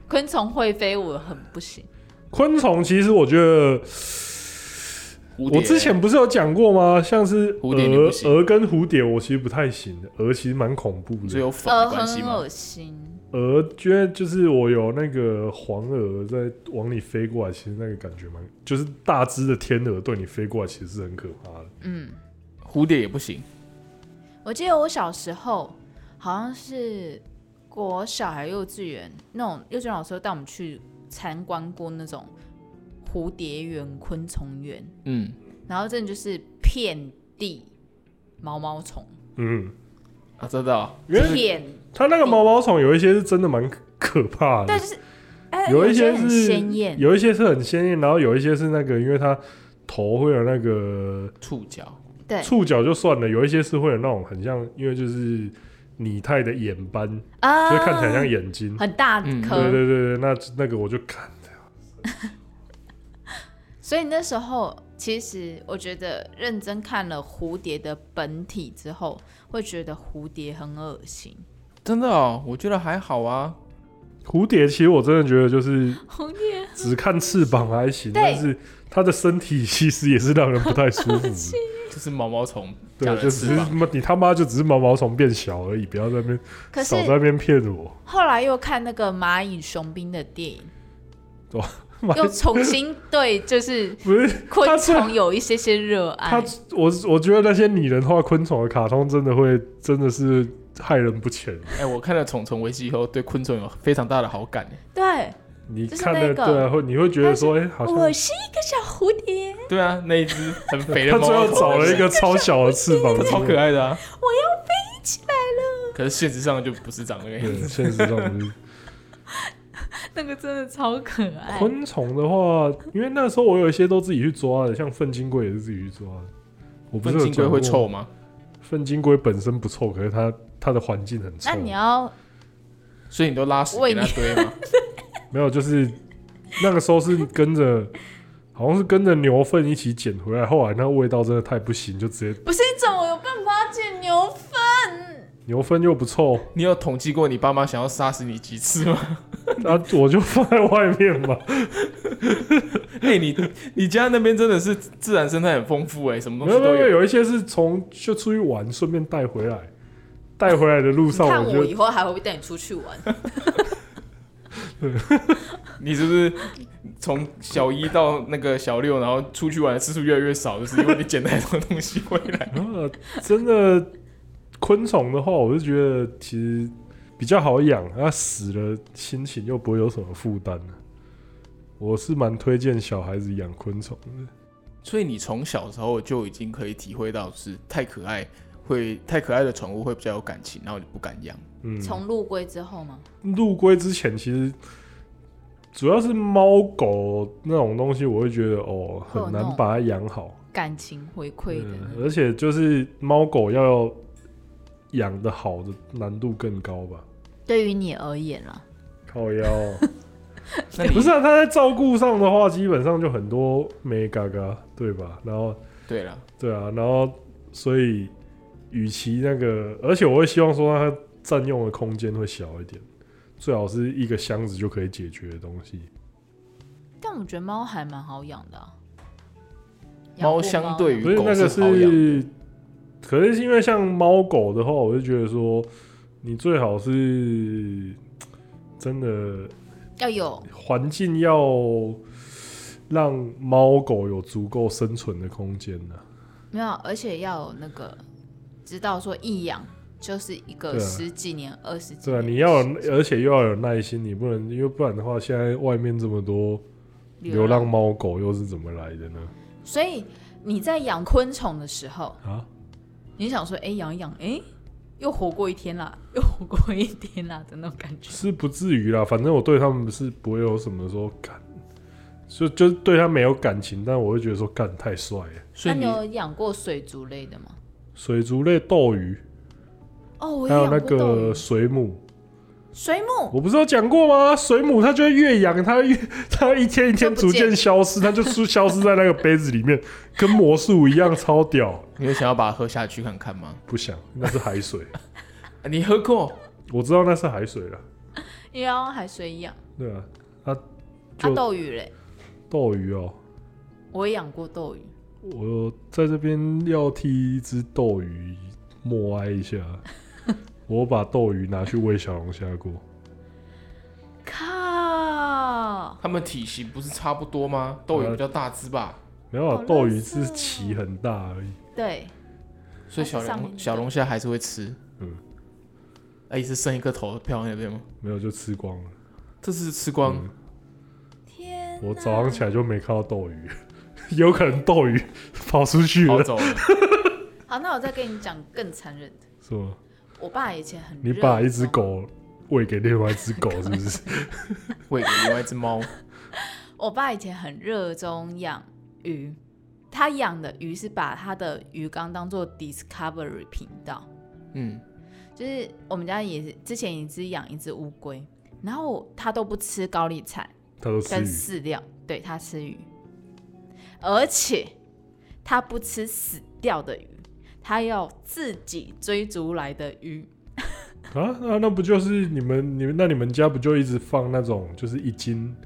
Speaker 3: 昆虫会飞，我很不行。
Speaker 1: 昆虫其实我觉得，
Speaker 2: 蝴蝶
Speaker 1: 我之前不是有讲过吗？像是
Speaker 2: 蝴蝶你不行
Speaker 1: 蛾、蛾跟蝴蝶，我其实不太行的，蛾其实蛮恐怖
Speaker 2: 你说
Speaker 1: 的。
Speaker 2: 有粉的
Speaker 3: 呃，
Speaker 2: 关系
Speaker 3: 很
Speaker 2: 吗？
Speaker 3: 恶心。
Speaker 1: 蛾觉得就是我有那个黄蛾在往你飞过来，其实那个感觉蛮，就是大只的天鹅对你飞过来，其实是很可怕的。
Speaker 3: 嗯，
Speaker 2: 蝴蝶也不行，
Speaker 3: 我记得我小时候好像是国小还是幼稚园，那种幼稚园老师有带我们去参观过那种蝴蝶园、昆虫园，
Speaker 2: 嗯，
Speaker 3: 然后真的就是遍地毛毛虫，
Speaker 1: 嗯，
Speaker 2: 啊，知道，
Speaker 1: 因为
Speaker 3: 遍，
Speaker 1: 它那个毛毛虫有一些是真的蛮可怕的。
Speaker 3: 但就是哎
Speaker 1: 有一
Speaker 3: 些
Speaker 1: 些
Speaker 3: 很
Speaker 1: 是
Speaker 3: 鲜艳，
Speaker 1: 有一些是很鲜艳，然后有一些是那个，因为它头会有那个
Speaker 2: 触角，
Speaker 3: 对
Speaker 1: 触角就算了，有一些是会有那种很像，因为就是拟态的眼斑，
Speaker 3: 啊，
Speaker 1: 就是看起来像眼睛。
Speaker 3: 很大
Speaker 2: 嗯
Speaker 3: 颗，
Speaker 1: 对对对对，那那个我就看，
Speaker 3: 所以那时候，其实我觉得认真看了蝴蝶的本体之后，会觉得蝴蝶很恶心。
Speaker 2: 真的哦，我觉得还好啊。
Speaker 1: 蝴蝶其实我真的觉得就是
Speaker 3: 蝴蝶
Speaker 1: 只看翅膀还行，
Speaker 3: 对
Speaker 1: 但是它的身体其实也是让人不太舒 服的。
Speaker 2: 就是毛毛虫
Speaker 1: 对，
Speaker 2: 加了
Speaker 1: 就只
Speaker 2: 翅
Speaker 1: 是
Speaker 2: 膀，
Speaker 1: 妈你他妈就只是毛毛虫变小而已，不要在那边
Speaker 3: 可是
Speaker 1: 少在那边骗我。
Speaker 3: 后来又看那个蚂蚁雄兵的电影
Speaker 1: 哇，
Speaker 3: 又重新对就是
Speaker 1: 不是
Speaker 3: 昆
Speaker 1: 它是
Speaker 3: 虫有一些些热
Speaker 1: 他
Speaker 3: 爱。，
Speaker 1: 我我觉得那些拟人化昆虫的卡通真的会真的是害人不浅。
Speaker 2: 哎、我看了《虫虫危机》以后，对昆虫有非常大的好感欸耶。
Speaker 3: 对，
Speaker 1: 你
Speaker 3: 就是
Speaker 1: 看了
Speaker 3: 那个
Speaker 1: 对啊，会你会觉得说，哎、好像
Speaker 3: 我是一个小蝴蝶，
Speaker 2: 对啊，那一只很肥的
Speaker 1: 他
Speaker 2: 猫
Speaker 1: 最
Speaker 2: 头
Speaker 1: 后找了一个超小的翅膀，
Speaker 2: 它 超可爱的啊。
Speaker 3: 我要飞起来了。
Speaker 2: 可是现实上就不是长那个样
Speaker 1: 对，
Speaker 2: 子。
Speaker 1: 现实 中就是
Speaker 3: 那个真的超可爱。
Speaker 1: 昆虫的话，因为那时候我有一些都自己去抓的，像粪金龟也是自己去抓的。我不
Speaker 2: 粪
Speaker 1: 是有
Speaker 2: 金龟
Speaker 1: 讲过
Speaker 2: 会臭，吗？
Speaker 1: 粪金龟本身不臭，可是它它的环境很臭。
Speaker 3: 那你要
Speaker 2: 所以你都拉屎给它堆吗？
Speaker 1: 没有，就是那个时候是跟着，好像是跟着牛粪一起捡回来，后来那个味道真的太不行，就直接
Speaker 3: 不是你怎么有办法捡牛粪？
Speaker 1: 牛粪又不臭，
Speaker 2: 你有统计过你爸妈想要杀死你几次吗？
Speaker 1: 那、啊我就放在外面吧。
Speaker 2: 哎、你你家那边真的是自然生态很丰富哎、什么
Speaker 1: 没
Speaker 2: 东
Speaker 1: 有没
Speaker 2: 西
Speaker 1: 有，
Speaker 2: 都
Speaker 1: 没有
Speaker 2: 有。
Speaker 1: 有一些是从就出去玩，顺便带回来。带回来的路上，
Speaker 3: 看
Speaker 1: 啊我嗯就
Speaker 3: 我以后还会不会带你出去玩？
Speaker 2: 你是不是从小一到那个小六，然后出去玩的次数越来越少，就是因为你捡太多东西回来？
Speaker 1: 呃，真的昆虫的话，我就觉得其实比较好养，它死了心情又不会有什么负担了我是蛮推荐小孩子养昆虫的。
Speaker 2: 所以你从小时候就已经可以体会到，是太可爱会太可爱的宠物会比较有感情，然后你不敢 养。
Speaker 1: 嗯，
Speaker 3: 从陆龟之后吗？
Speaker 1: 入龟之前，其实主要是猫狗那种东西，我会觉得哦，
Speaker 3: 会有
Speaker 1: 很
Speaker 3: 那
Speaker 1: 难
Speaker 3: 种
Speaker 1: 把它养好。
Speaker 3: 感情回馈的
Speaker 1: 嗯
Speaker 3: 那，
Speaker 1: 而且就是猫狗要养的好的难度更高吧？
Speaker 3: 对于你而言啦，
Speaker 1: 靠 腰哦、
Speaker 2: 那你
Speaker 1: 不是啊，他在照顾上的话，基本上就很多没嘎嘎，对吧？然后
Speaker 2: 对了，
Speaker 1: 对啊，然后所以与其那个，而且我会希望说它占用的空间会小一点，最好是一个箱子就可以解决的东西。
Speaker 3: 但我觉得猫还蛮好养的啊、养
Speaker 2: 猫
Speaker 3: 过
Speaker 2: 相对
Speaker 1: 所
Speaker 2: 于
Speaker 1: 以
Speaker 2: 狗
Speaker 1: 那个
Speaker 2: 嗯好养的，
Speaker 1: 是，可是因为像猫狗的话，我就觉得说，你最好是真的
Speaker 3: 要有
Speaker 1: 环境要让猫狗有足够生存的空间啊呢、
Speaker 3: 没有，啊而且要有那个知道说一养就是一个
Speaker 1: 对啊
Speaker 3: 十几年、二十几
Speaker 1: 对啊，
Speaker 3: 年，
Speaker 1: 你要有，而且又要有耐心，你不能因为不然的话，现在外面这么多流浪，猫狗又是怎么来的呢？
Speaker 3: 所以你在养昆虫的时候，
Speaker 1: 啊，
Speaker 3: 你想说哎养一养，哎又活过一天啦， 又活过一天啦的那种感觉。
Speaker 1: 是不至于啦，反正我对他们是不会有什么说感，就就是对他没有感情，但我会觉得说干太帅了。
Speaker 2: 所
Speaker 3: 那
Speaker 2: 以
Speaker 3: 你
Speaker 2: 你
Speaker 3: 有养过水族类的吗？
Speaker 1: 水族类斗鱼，
Speaker 3: 哦，我
Speaker 1: 还
Speaker 3: 也
Speaker 1: 有
Speaker 3: 养
Speaker 1: 那
Speaker 3: 过斗鱼
Speaker 1: 个水母，
Speaker 3: 水母，
Speaker 1: 我不是有讲过吗？水母它就会越养，它越 它一天一天
Speaker 3: 就不
Speaker 1: 逐渐
Speaker 3: 见
Speaker 1: 消失，它就出消失在那个杯子里面，跟魔术一样，超屌。
Speaker 2: 你有想要把它喝下去看看吗？
Speaker 1: 不想，那是海水，
Speaker 2: 啊你喝过？
Speaker 1: 我知道那是海水了。
Speaker 3: 也要用海啊水养。
Speaker 1: 对啊，它
Speaker 3: 啊，
Speaker 1: 就
Speaker 3: 斗鱼嘞，
Speaker 1: 斗鱼哦、
Speaker 3: 我也养过斗鱼。
Speaker 1: 我在这边要替一只斗鱼默哀一下。我把斗鱼拿去喂小龙虾过，
Speaker 3: 靠！
Speaker 2: 它们体型不是差不多吗？斗鱼比较大只吧，
Speaker 1: 没有啊
Speaker 3: 好，
Speaker 1: 斗
Speaker 3: 垃
Speaker 1: 鱼
Speaker 3: 圾
Speaker 1: 是
Speaker 3: 哦
Speaker 1: 鳍很大而已。
Speaker 3: 对，
Speaker 2: 所以小
Speaker 3: 它是上面
Speaker 2: 龙
Speaker 3: 的
Speaker 2: 小龙虾还是会吃。
Speaker 1: 嗯，
Speaker 2: 哎、是剩一颗头飘在那边吗？
Speaker 1: 没有就吃光了。
Speaker 2: 这是吃光，
Speaker 1: 嗯
Speaker 3: 天
Speaker 1: 我早上起来就没看到斗鱼，有可能斗鱼跑出去
Speaker 2: 跑
Speaker 1: 了，
Speaker 2: 走了。
Speaker 3: 好，那我再跟你讲更残忍的。
Speaker 1: 是吗？
Speaker 3: 我爸以前很，
Speaker 1: 你把一只，狗喂给另外一只狗，是不是？
Speaker 2: 喂给另外一 只猫，
Speaker 3: 我爸以前很热衷养鱼，他养的鱼是把他的鱼缸当做 Discovery 频道，
Speaker 2: 嗯，
Speaker 3: 就是我们家也是之前也是养一只乌龟，然后他都不吃高丽菜
Speaker 1: 它都吃
Speaker 3: 跟
Speaker 1: 鱼，
Speaker 3: 饲料，对他吃鱼。而且他不吃死掉的鱼，他要自己追逐来的鱼。
Speaker 1: 啊，那那不就是你们你们那你们家不就一直放那种就是一斤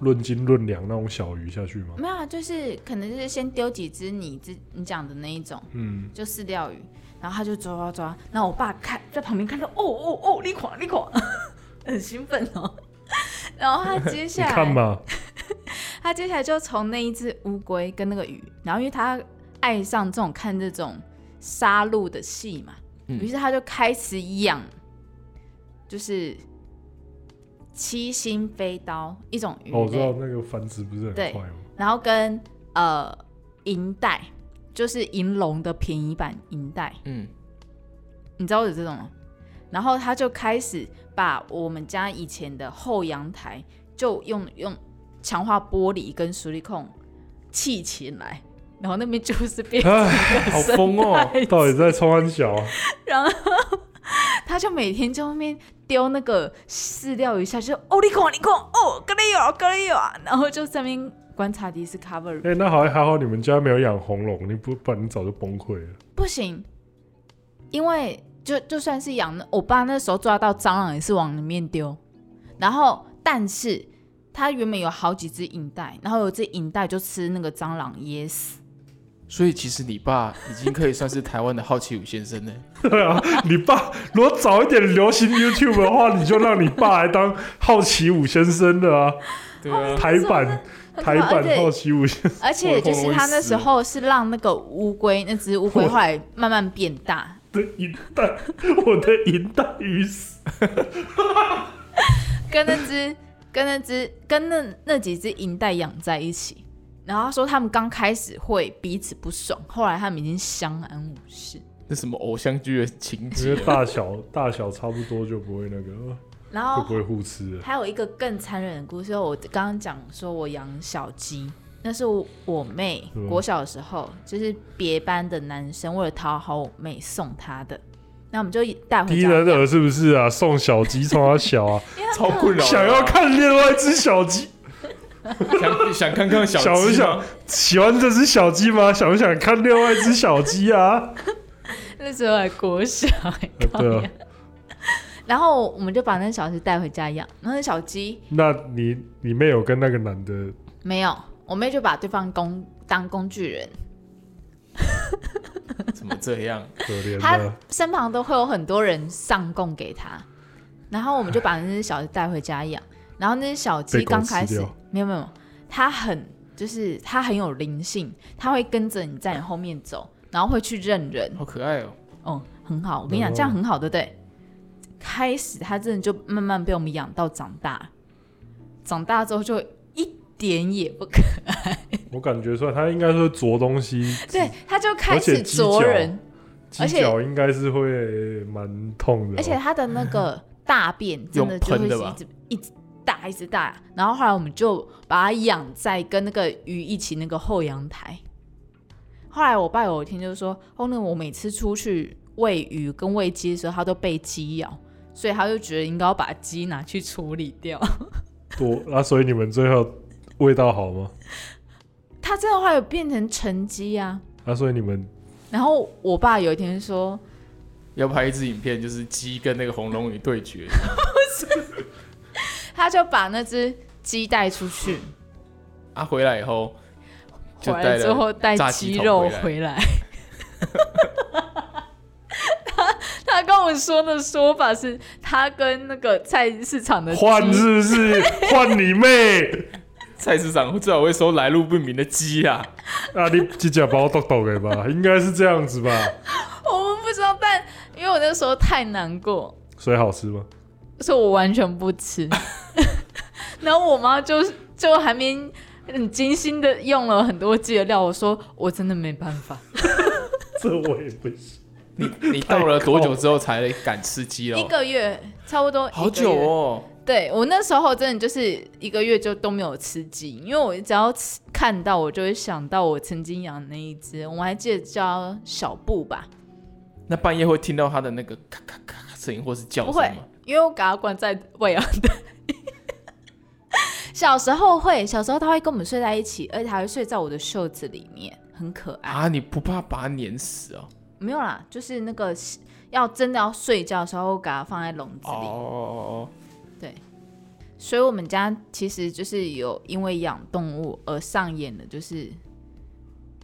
Speaker 1: 论斤论两那种小鱼下去吗？
Speaker 3: 没有啊，就是可能就是先丢几只你自你讲的那一种，
Speaker 1: 嗯，
Speaker 3: 就饲料鱼，然后他就抓抓抓，然后我爸看在旁边看到，哦哦哦，你垮你垮， 很兴奋哦。然后他接
Speaker 1: 你
Speaker 3: 下来，
Speaker 1: 看嘛，
Speaker 3: 他接下来就从那一只乌龟跟那个鱼，然后因为他爱上这种看这种杀戮的戏嘛，
Speaker 2: 嗯
Speaker 3: 于是他就开始养，就是七星飞刀一种鱼类，
Speaker 1: 哦，我知道那个繁殖不是很
Speaker 3: 对
Speaker 1: 快吗？
Speaker 3: 然后跟呃银带，就是银龙的便宜版银带，
Speaker 2: 嗯，
Speaker 3: 你知道有这种吗？然后他就开始把我们家以前的后阳台就用用强化玻璃跟水力控砌起来，然后那边就是变成
Speaker 1: 唉，
Speaker 2: 好疯哦！
Speaker 3: 太
Speaker 1: 到底在冲安小啊？
Speaker 3: 然后他就每天在外面丢那个饲料鱼下去，就哦你看你看哦，格里有啊格里有啊，然后就在那边观察迪斯 cover，
Speaker 1: 哎、那好还好你们家没有养红龙，你不不然你早就崩溃了。
Speaker 3: 不行，因为就就算是养那，我爸那时候抓到蟑螂也是往里面丢，然后但是他原本有好几只银带，然后有一只银带就吃那个蟑螂噎死，
Speaker 2: 所以其实你爸已经可以算是台湾的好奇五先生了。
Speaker 1: 对啊，你爸如果早一点流行 YouTube 的话，你就让你爸来当好奇五先生了啊，
Speaker 2: 对啊，
Speaker 1: 台版
Speaker 3: 很
Speaker 1: 台
Speaker 3: 可怕而
Speaker 1: 版好
Speaker 3: 且
Speaker 1: 奇五先生。
Speaker 3: 而且就是他那时候是让那个乌龟那只乌龟后来慢慢变大，
Speaker 1: 的银蛋，我的银蛋鱼死。
Speaker 3: 跟那只跟那只跟那那几只银带养在一起。然后他说他们刚开始会彼此不爽，后来他们已经相安无事。
Speaker 2: 这什么偶像剧的情
Speaker 1: 因
Speaker 2: 节
Speaker 1: 为？大小 大小差不多就不会那个，
Speaker 3: 然
Speaker 1: 就
Speaker 3: 后
Speaker 1: 不会互吃了。
Speaker 3: 还有一个更残忍的故事，我刚刚讲说我养小鸡，那是我我妹
Speaker 1: 嗯
Speaker 3: 国小的时候，就是别班的男生为了讨好我妹送她的，那我们就带回
Speaker 1: 低
Speaker 3: 家
Speaker 1: 能
Speaker 3: 养，
Speaker 1: 儿是不是啊？送小鸡送他小 啊，
Speaker 2: 超困扰的啊。
Speaker 1: 想要看另外一只小鸡，
Speaker 2: 想想看看小
Speaker 1: 想不
Speaker 2: 鸡
Speaker 1: 想
Speaker 2: 吗？
Speaker 1: 喜欢这只小鸡吗？想不想看另外一只小鸡 啊？
Speaker 3: 那时候还国小、欸
Speaker 1: 呃对啊，
Speaker 3: 然后我们就把那小鸡带回家养，然后那小鸡
Speaker 1: 那你你妹有跟那个男的
Speaker 3: 没有，我妹就把对方工当工具人，
Speaker 2: 怎么这样？
Speaker 1: 可怜
Speaker 3: 她
Speaker 1: 的？
Speaker 3: 身旁都会有很多人上供给她，然后我们就把那只小鸡带回家养，然后那只小鸡
Speaker 1: 被狗
Speaker 3: 刚开
Speaker 1: 吃
Speaker 3: 始
Speaker 1: 掉
Speaker 3: 没有没有，它很就是它很有灵性，它会跟着你在你后面走，然后会去认人，
Speaker 2: 好可爱哦！
Speaker 3: 哦、很好，我跟你
Speaker 1: 哦
Speaker 3: 讲，这样很好，对不对？开始它真的就慢慢被我们养到长大，长大之后就一点也不可，
Speaker 1: 我感觉出来，他应该是会啄东西，
Speaker 3: 对，它就开
Speaker 1: 而
Speaker 3: 始
Speaker 1: 且鸡脚
Speaker 3: 啄人，
Speaker 1: 鸡
Speaker 3: 而且
Speaker 1: 脚应该是会蛮痛的哦。
Speaker 3: 而且它的那个大便真的就
Speaker 2: 用
Speaker 3: 会
Speaker 2: 喷
Speaker 3: 是
Speaker 2: 的
Speaker 3: 一
Speaker 2: 吧
Speaker 3: 直一直大一直大，然后后来我们就把它养在跟那个鱼一起那个后阳台。后来我爸有一天就说：“哦，那我每次出去喂鱼跟喂鸡的时候，它都被鸡咬，所以他就觉得应该要把鸡拿去处理掉。
Speaker 1: 多，那、所以你们最后味道好吗？
Speaker 3: 它真的后来有变成成鸡啊。
Speaker 1: 那、所以你们
Speaker 3: 然后我爸有一天说，
Speaker 2: 要拍一支影片，就是鸡跟那个红龙鱼对决，
Speaker 3: 他就把那只鸡带出去，
Speaker 2: 啊，回来以后
Speaker 3: 回
Speaker 2: 就
Speaker 3: 来
Speaker 2: 带
Speaker 3: 之后
Speaker 2: 了
Speaker 3: 带
Speaker 2: 炸
Speaker 3: 鸡
Speaker 2: 鸡
Speaker 3: 肉
Speaker 2: 头
Speaker 3: 回来。 他他跟我说的说法是，他跟那个菜市场的鸡
Speaker 1: 换是不是 换你妹
Speaker 2: 菜市场最好会收来路不明的鸡啊，
Speaker 1: 啊？你鸡脚把我抖抖给吧，应该是这样子吧？
Speaker 3: 我们不知道，但因为我那时候太难过，
Speaker 1: 所以好吃吗？
Speaker 3: 所以我完全不吃。 然后我妈就就还没很精心的用了很多剂的料，我说我真的没办法。
Speaker 1: 这我也不行。
Speaker 2: 你你到了多久之后才敢吃鸡
Speaker 3: 一
Speaker 2: 哦？
Speaker 3: 个月差不多一个月
Speaker 2: 好久哦，
Speaker 3: 对我那时候真的就是一个月就都没有吃鸡，因为我只要吃看到我就会想到我曾经养的那一只，我还记得叫小布吧，
Speaker 2: 那半夜会听到它的那个咔咔咔咔声音或是叫
Speaker 3: 不
Speaker 2: 声
Speaker 3: 会
Speaker 2: 吗？，
Speaker 3: 因为我把它关在喂养的。 小时候会，小时候他会跟我们睡在一起，而且还会睡在我的袖子里面，很可爱。
Speaker 2: 啊！你不怕把它碾死哦？
Speaker 3: 没有啦，就是那个是要真的要睡觉的时候，给它放在笼子里。
Speaker 2: 哦，
Speaker 3: 所以我们家其实就是有因为养动物而上演的，就是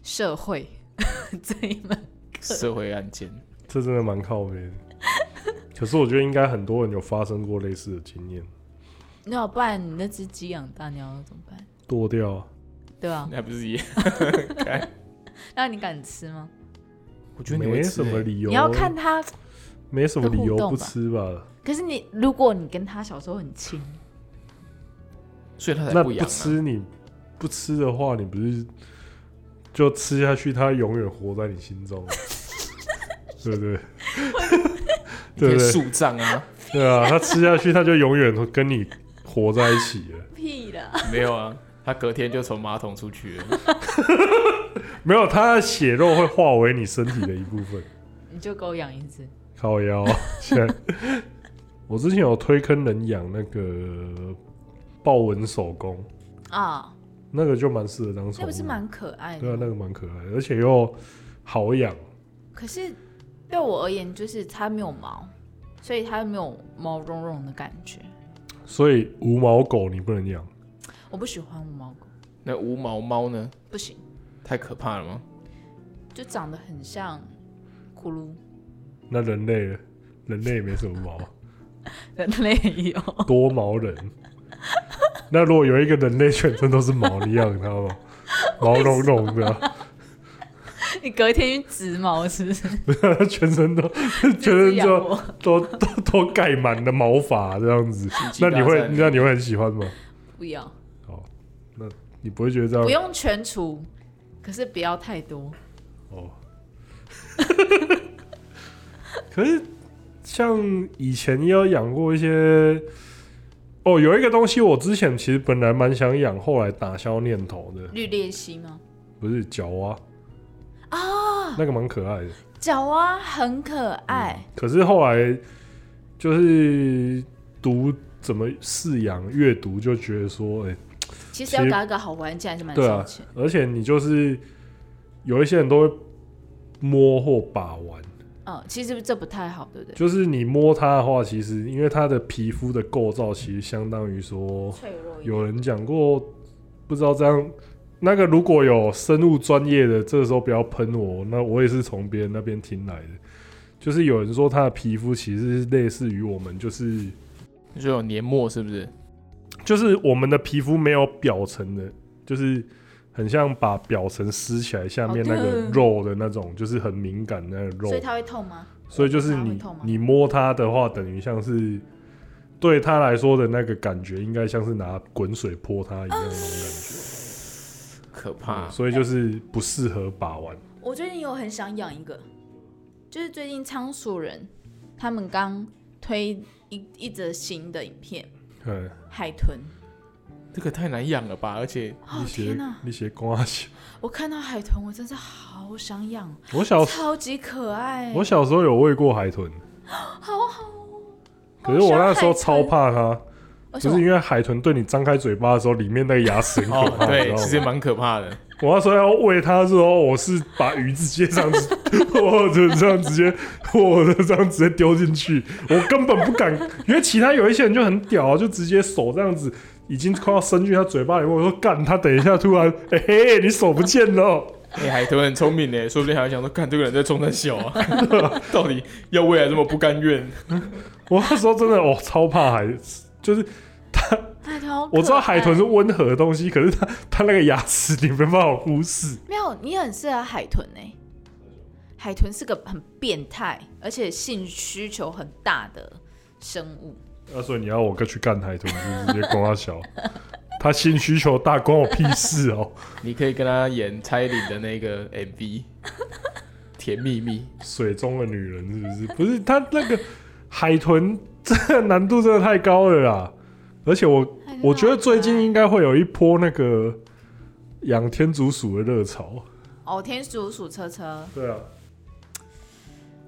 Speaker 3: 社会 这一门。
Speaker 2: 社会案件，
Speaker 1: 这真的蛮靠背的。可是我觉得应该很多人有发生过类似的经验，
Speaker 3: 那不然你那只鸡养大，你要怎么办？
Speaker 1: 剁掉啊
Speaker 3: 对啊，
Speaker 2: 那不是也？
Speaker 3: 那你敢吃吗？
Speaker 2: 我觉得你
Speaker 1: 没
Speaker 2: 会欸
Speaker 1: 什么
Speaker 2: 理，
Speaker 1: 理由，
Speaker 3: 你要看它，
Speaker 1: 没什么理由
Speaker 3: 的互动
Speaker 1: 不
Speaker 3: 吧
Speaker 1: 吃吧？
Speaker 3: 可是你如果你跟它小时候很亲，
Speaker 2: 所以他才
Speaker 1: 那
Speaker 2: 不养啊。
Speaker 1: 吃你不吃的话，你不是就吃下去，它永远活在你心中，对不对？
Speaker 2: 你可
Speaker 1: 对
Speaker 2: 以
Speaker 1: 不对？
Speaker 2: 树葬啊？
Speaker 1: 对啊，它吃下去，它就永远跟你活在一起了。
Speaker 3: 屁的，
Speaker 2: 没有啊，他隔天就从马桶出去了。
Speaker 1: 没有，它的血肉会化为你身体的一部分。
Speaker 3: 你就给我养一只。
Speaker 1: 靠腰，现在我之前有推坑人养那个豹纹手工，
Speaker 3: 啊、
Speaker 1: 那个就蛮适合当
Speaker 3: 那
Speaker 1: 宠
Speaker 3: 不是
Speaker 1: 物。
Speaker 3: 蛮可爱的
Speaker 1: 对啊
Speaker 3: 吗？，
Speaker 1: 那个蛮可爱的，而且又好养。
Speaker 3: 可是对我而言，就是它没有毛，所以它没有毛茸茸的感觉。
Speaker 1: 所以无毛狗你不能养，
Speaker 3: 我不喜欢无毛狗，
Speaker 2: 那无毛猫呢？
Speaker 3: 不行，
Speaker 2: 太可怕了吗？
Speaker 3: 就长得很像咕噜，
Speaker 1: 那人类呢人类也没什么毛，
Speaker 3: 人类也有。
Speaker 1: 多毛人。那如果有一个人类全身都是毛，你养它吗？毛茸茸的啊，
Speaker 3: 你隔天去植毛是不 是？
Speaker 1: 全身 都全
Speaker 3: 就是
Speaker 1: 身
Speaker 3: 养
Speaker 1: 都
Speaker 3: 我，
Speaker 1: 都都都盖满了毛发这样子，那你会那你会很喜欢吗？
Speaker 3: 不要，
Speaker 1: 你不会觉得这
Speaker 3: 不
Speaker 1: 样
Speaker 3: 用全除，可是不要太多。
Speaker 1: 哦？ 可是像以前也有养过一些哦，有一个东西我之前其实本来蛮想养，后来打消念头的，
Speaker 3: 绿鬣蜥吗？
Speaker 1: 不是角蛙啊，那个蛮可爱的，
Speaker 3: 角蛙啊很可爱，
Speaker 1: 可是后来就是读怎么饲养阅读，就觉得说，哎、
Speaker 3: 其实要
Speaker 1: 其实
Speaker 3: 搞一个好玩家还是蛮
Speaker 1: 对啊
Speaker 3: 烧钱。
Speaker 1: 而且你就是有一些人都会摸或把玩。
Speaker 3: 嗯，其实这不太好，对不对？
Speaker 1: 就是你摸它的话，其实因为它的皮肤的构造，其实相当于说，
Speaker 3: 脆弱一点。
Speaker 1: 有人讲过，不知道这样。那个如果有生物专业的，这个时候不要喷我，那我也是从别人那边听来的。就是有人说它的皮肤其实是类似于我们，就是
Speaker 2: 你说有年末是不是？
Speaker 1: 就是我们的皮肤没有表层的，就是很像把表层撕起来，下面那
Speaker 3: 好
Speaker 1: 个
Speaker 3: 的
Speaker 1: 肉的那种，就是很敏感的那个肉。
Speaker 3: 所以它会痛吗？
Speaker 1: 所以就是
Speaker 3: 它会
Speaker 1: 你
Speaker 3: 痛吗
Speaker 1: 你摸它的话，等于像是对它来说的那个感觉，应该像是拿滚水泼它一样那种感
Speaker 2: 可
Speaker 1: 觉。
Speaker 2: 怕
Speaker 3: 哦
Speaker 1: 嗯，所以就是不适合把玩。
Speaker 3: 我最近有很想养一个，就是最近仓鼠人他们刚推一一则新的影片，
Speaker 1: 嗯，
Speaker 3: 海豚。
Speaker 2: 这个太难养了吧？而且
Speaker 3: 哦
Speaker 1: 你
Speaker 3: 天
Speaker 1: 写
Speaker 3: 哪！
Speaker 1: 你写瓜写。
Speaker 3: 我看到海豚，我真是好想养，
Speaker 1: 我 小
Speaker 3: 超级可爱，
Speaker 1: 我小时候有喂过海豚，
Speaker 3: 好好哦。
Speaker 1: 可是我那时候超
Speaker 3: 胖，
Speaker 1: 怕它，
Speaker 3: 为什
Speaker 1: 就是
Speaker 3: 么
Speaker 1: 因为海豚对你张开嘴巴的时候，里面那个牙齿很可
Speaker 2: 哦，
Speaker 1: 怕，你
Speaker 2: 对，其
Speaker 1: 知
Speaker 2: 实
Speaker 1: 道吗？
Speaker 2: 蛮可怕的。
Speaker 1: 我那时候要喂它的时候，我是把鱼直接这样子， 我就这样直接，我就这样直接丢进去，我根本不敢，因为其他有一些人就很屌、啊，就直接手这样子，已经快要伸进他嘴巴里面。我说干，他等一下突然，哎、嘿，你手不见了，
Speaker 2: 哎，海豚很聪明呢，说不定还会想说，看这个人在冲他笑啊， 到底要未来这么不甘愿？
Speaker 1: 我那时候真的哦，超怕海，就是
Speaker 3: 海豚好可爱？
Speaker 1: 我知道海豚是温和的东西，可是它它那个牙齿你没办法忽视。
Speaker 3: 没有，你很适合海豚呢、海豚是个很变态，而且性需求很大的生物。
Speaker 1: 那啊所以你要我哥去干海豚，你就直接光他 小，他性需求大，关我屁事哦。
Speaker 2: 你可以跟他演蔡依林的那个 MV《甜蜜蜜》。
Speaker 1: 水中的女人是不是？不是，他那个海豚这个难度真的太高了啦！而且我
Speaker 3: 啊
Speaker 1: 我觉得最近应该会有一波那个养天竺鼠的热潮。
Speaker 3: 哦，天竺鼠车车，
Speaker 1: 对啊，